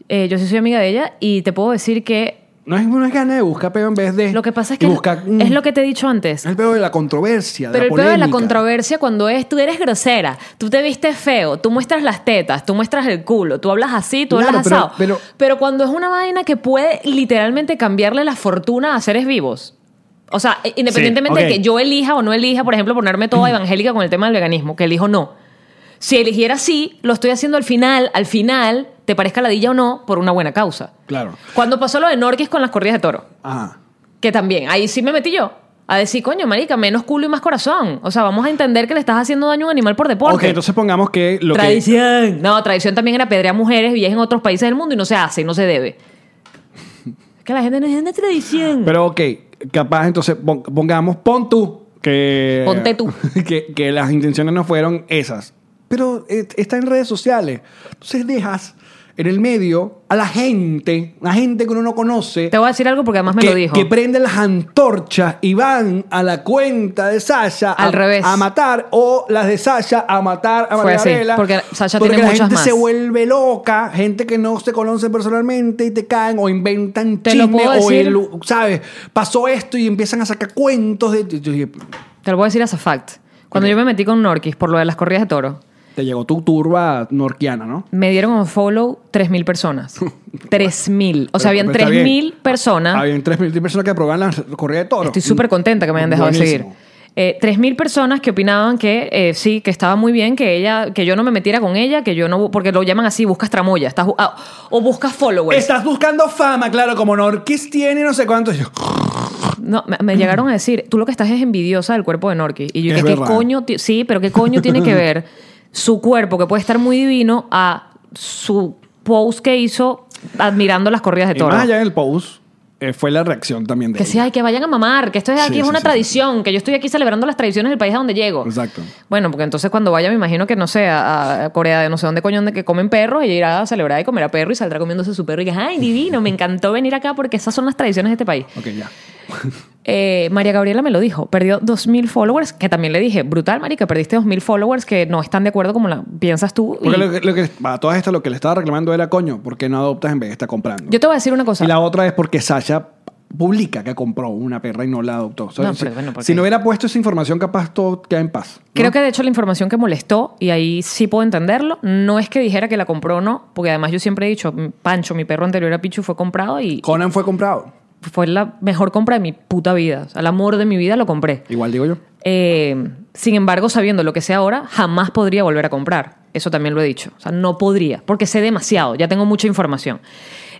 A: eh, yo sí soy amiga de ella y te puedo decir que
B: No es una gana de buscar peo en vez de.
A: lo que pasa es
B: de
A: que
B: buscar, mm,
A: es lo que te he dicho antes.
B: El peor de la controversia.
A: Pero
B: de
A: el
B: la
A: peor de la
B: polémica.
A: controversia cuando es tú eres grosera, tú te vistes feo, tú muestras las tetas, tú muestras el culo, tú hablas así, tú
B: Claro,
A: hablas
B: pero-
A: asado.
B: pero-
A: cuando es una vaina que puede literalmente cambiarle la fortuna a seres vivos. O sea, e- independientemente
B: ok.
A: de que yo elija o no elija, por ejemplo, ponerme toda evangélica con el tema del veganismo, que elijo no. Si eligiera sí, lo estoy haciendo al final, al final, te parezca ladilla o no, por una buena causa.
B: Claro.
A: Cuando pasó lo de Norquis con las corridas de toro
B: Ajá.
A: que también, ahí sí me metí yo. A decir, coño, marica, menos culo y más corazón. O sea, vamos a entender que le estás haciendo daño a un animal por deporte.
B: Ok, entonces pongamos que lo que.
A: tradición. No, tradición también era pedrear mujeres y es en otros países del mundo y no se hace y no se debe. Es que la gente no es una tradición.
B: Pero ok, capaz entonces pon- pongamos, pon tú. Que,
A: Ponte tú.
B: Que, que las intenciones no fueron esas. Pero eh, está en redes sociales. Entonces dejas en el medio a la gente, la gente que uno no conoce.
A: Te voy a decir algo porque además me
B: que,
A: lo dijo.
B: que prenden las antorchas y van a la cuenta de Sasha a,
A: Al revés.
B: a matar o las de Sasha a matar a
A: Fue
B: María
A: así,
B: Gabriela,
A: porque Sasha
B: porque
A: tiene
B: la
A: muchas
B: gente
A: más.
B: se vuelve loca gente que no se conoce personalmente y te caen o inventan
A: Te lo
B: chisme
A: puedo
B: o
A: decir.
B: el- sabes pasó esto y empiezan a sacar cuentos de yo dije,
A: Te lo voy a decir as a fact. Cuando yo me metí con Norquis por lo de las corridas de toro,
B: te llegó tu turba norquiana ¿no?
A: me dieron un follow 3.000 personas. 3.000. O sea,
B: Pero-
A: habían
B: pero está
A: 3.000
B: bien. Ah,
A: personas.
B: habían 3.000 personas que aprobaban la corrida de toro
A: Estoy súper contenta que me hayan dejado de seguir.
B: Buenísimo.
A: Eh, 3.000 personas que opinaban que eh, sí, que estaba muy bien, que ella, que yo no me metiera con ella, que yo no, porque lo llaman así, buscas tramoya, estás, bu- ah, o buscas followers.
B: Estás buscando fama, claro, como Norquis tiene no sé cuántos. Yo,
A: No, me, me llegaron a decir, tú lo que estás es envidiosa del cuerpo de Norki. Y yo,
B: Es
A: ¿qué, qué
B: verdad.
A: coño? ti- Sí, pero ¿qué coño tiene que ver su cuerpo, que puede estar muy divino, a su post que hizo admirando las corridas de
B: Y
A: toro?
B: más allá del post, eh, fue la reacción también de
A: Que
B: ella.
A: sí, ay, que vayan a mamar, que esto es aquí
B: Sí,
A: es
B: sí,
A: una
B: sí,
A: tradición, que yo estoy aquí celebrando las tradiciones del país a donde llego.
B: Exacto.
A: Bueno, porque entonces cuando vaya, me imagino que no sé, a, a Corea, de no sé dónde coño, donde que comen perros, ella irá a celebrar y comer a perro y saldrá comiéndose su perro y que, ay, divino, me encantó venir acá porque esas son las tradiciones de este país.
B: Ok, ya.
A: Eh, María Gabriela me lo dijo, perdió 2.000 followers, que también le dije, brutal, Marica, perdiste 2.000 followers que no están de acuerdo como la piensas tú. y-
B: Porque lo que, lo que- a todas estas lo que le estaba reclamando era, coño, ¿por qué no adoptas en vez de estar comprando?
A: Yo te voy a decir una cosa.
B: y la otra es porque Sasha publica que compró una perra y no la adoptó. O sea,
A: No,
B: si,
A: pero bueno, ¿por
B: si
A: qué?
B: no hubiera puesto esa información, capaz todo queda en paz. ¿no?
A: Creo que de hecho la información que molestó, y ahí sí puedo entenderlo, no es que dijera que la compró o no, porque además yo siempre he dicho, Pancho, mi perro anterior a Pichu fue comprado y
B: Conan fue comprado.
A: fue la mejor compra de mi puta vida. O sea, el amor de mi vida lo compré.
B: Igual digo yo.
A: Eh, sin embargo, sabiendo lo que sé ahora, jamás podría volver a comprar. Eso también lo he dicho. O sea, no podría, porque sé demasiado, ya tengo mucha información.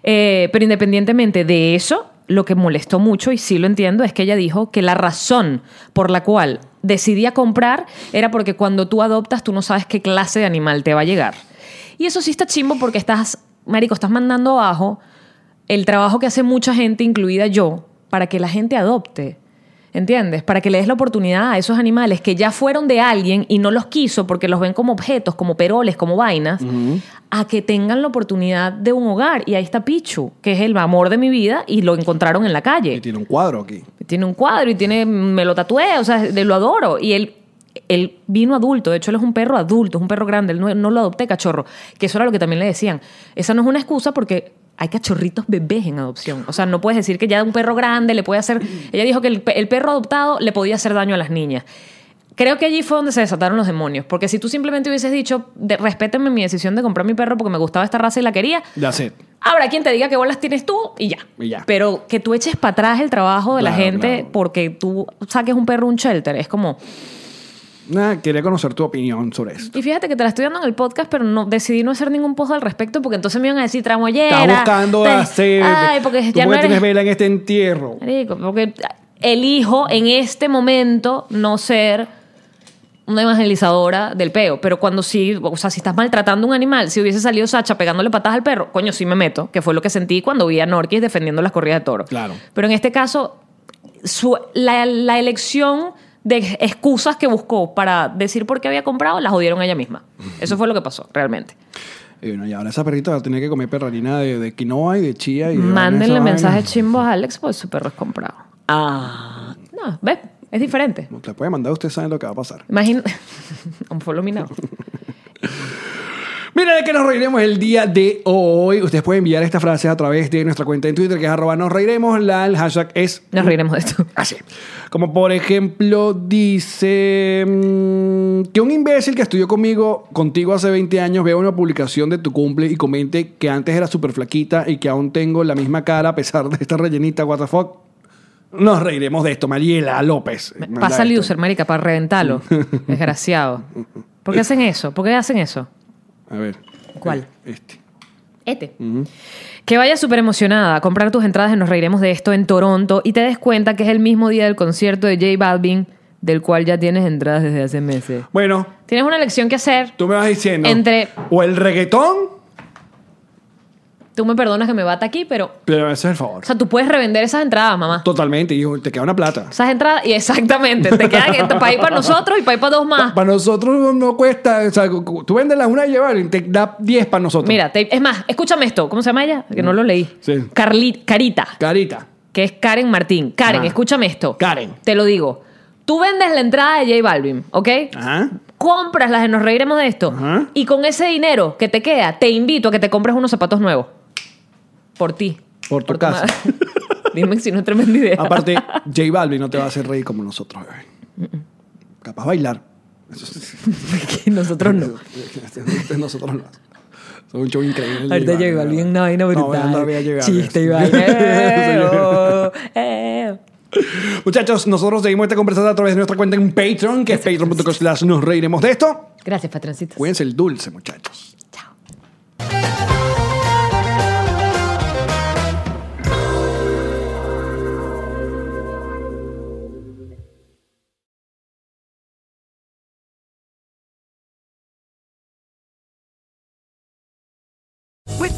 A: Eh, pero independientemente de eso, lo que molestó mucho, y sí lo entiendo, es que ella dijo que la razón por la cual decidía comprar era porque cuando tú adoptas, tú no sabes qué clase de animal te va a llegar. Y eso sí está chimbo porque estás, Marico, estás mandando abajo el trabajo que hace mucha gente, incluida yo, para que la gente adopte. ¿Entiendes? Para que le des la oportunidad a esos animales que ya fueron de alguien y no los quiso porque los ven como objetos, como peroles, como vainas, a que tengan la oportunidad de un hogar. Y ahí está Pichu, que es el amor de mi vida y lo encontraron en la
B: Y
A: calle.
B: tiene un cuadro aquí.
A: Tiene un cuadro y tiene, me lo tatué, o sea, de- lo adoro. Y él, él vino adulto, de hecho él es un perro adulto, es un perro grande, él no, no lo adopté cachorro, que eso era lo que también le decían. Esa no es una excusa porque hay cachorritos bebés en adopción. O sea, no puedes decir que ya un perro grande le puede hacer... Ella dijo que el, pe- el perro adoptado le podía hacer daño a las niñas. Creo que allí fue donde se desataron los demonios, porque si tú simplemente hubieses dicho, de, respétenme mi decisión de comprar mi perro porque me gustaba esta raza y la quería,
B: Ya sé.
A: Habrá quien te diga qué bolas tienes tú y ya.
B: Y ya.
A: Pero que tú eches para atrás el trabajo de la
B: Claro,
A: gente
B: claro.
A: porque tú saques un perro un shelter. Es como.
B: Nada, quería conocer tu opinión sobre esto.
A: Y fíjate que te la estoy dando en el podcast, pero no decidí no hacer ningún post al respecto porque entonces me iban a decir tramoyera.
B: Estás buscando
A: te-
B: hacer.
A: pues, Ay, porque
B: ¿Tú
A: ya
B: por
A: no
B: qué
A: eres.
B: tienes vela en este entierro?
A: Marico, porque elijo en este momento no ser una evangelizadora del peo, pero cuando sí, o sea, si estás maltratando a un animal, si hubiese salido Sacha pegándole patadas al perro, coño, sí me meto, que fue lo que sentí cuando vi a Norquis defendiendo las corridas de toro.
B: Claro.
A: Pero en este caso, su- la, la elección de excusas que buscó para decir por qué había comprado, la jodieron a ella misma. Eso fue lo que pasó, realmente.
B: Y bueno, y ahora esa perrita va a tener que comer perralina de, de quinoa y de chía. Y de vaina,
A: Mándenle
B: esa
A: mensajes
B: vaina.
A: chimbos a Alex, pues su perro es comprado. Ah. No, ¿ves? Es diferente.
B: Te puede mandar, usted sabe lo que va a pasar.
A: Imagina. Un follow me now.
B: Mira de que nos reiremos el día de hoy. Ustedes pueden enviar estas frases a través de nuestra cuenta en Twitter, que es arroba nos reiremos. La, el hashtag es
A: Nos reiremos de esto.
B: así. Como por ejemplo, dice mm, que un imbécil que estudió conmigo, contigo hace 20 años, vea una publicación de tu cumple y comente que antes era súper flaquita y que aún tengo la misma cara a pesar de esta rellenita, what the fuck. Nos reiremos de esto, Mariela López. Manda
A: Pasa el
B: esto.
A: user, marica, para reventarlo. Desgraciado. ¿Por qué hacen eso? ¿Por qué hacen eso?
B: A ver.
A: ¿Cuál?
B: Este.
A: Este. Que vayas súper emocionada a comprar tus entradas en Nos Reiremos de Esto en Toronto y te des cuenta que es el mismo día del concierto de J Balvin, del cual ya tienes entradas desde hace meses.
B: Bueno,
A: Tienes una elección que hacer.
B: tú me vas diciendo.
A: Entre-
B: O el reggaetón.
A: Tú me perdonas que me bata aquí, pero.
B: Pero ese es el favor.
A: O sea, tú puedes revender esas entradas, mamá.
B: Totalmente, hijo, te queda una plata.
A: Esas entradas, y exactamente, te quedan para ir para nosotros y para ir para dos más.
B: Para nosotros no- no cuesta, o sea, cu- cu- tú vendes la una y llevar y te da 10 para nosotros.
A: Mira, te- es más, escúchame esto. ¿Cómo se llama ella? Que no lo leí.
B: Sí.
A: Carli- Carita,
B: Carita.
A: que es Karen Martín. Karen,
B: Ajá.
A: escúchame esto.
B: Ah. Karen.
A: Te lo digo. Tú vendes la entrada de J Balvin, ¿ok?
B: Ajá.
A: Compras las de Nos Reiremos de Esto.
B: Ah. Ajá.
A: Y con ese dinero que te queda, te invito a que te compres unos zapatos nuevos. Por ti.
B: Por tu casa.
A: madre. Dime si no es tremenda idea.
B: Aparte, J Balvin no te va a hacer reír como nosotros, bebé. Capaz bailar. Eso sí. este,
A: que nosotros no.
B: nosotros no. Es un show increíble. el
A: Ahorita
B: J Balvin,
A: llegó
B: ¿verdad?
A: alguien, no, vaina
B: No,
A: brutal.
B: no había llegado.
A: Chiste y
B: Eso
A: vaina. Eh,
B: llegó.
A: oh, eh.
B: Muchachos, nosotros seguimos esta conversación a través de nuestra cuenta en Patreon, que es patreon.com slash nos reiremos de esto.
A: Gracias, patroncitos.
B: Cuídense el dulce, muchachos.
A: Chao.
E: With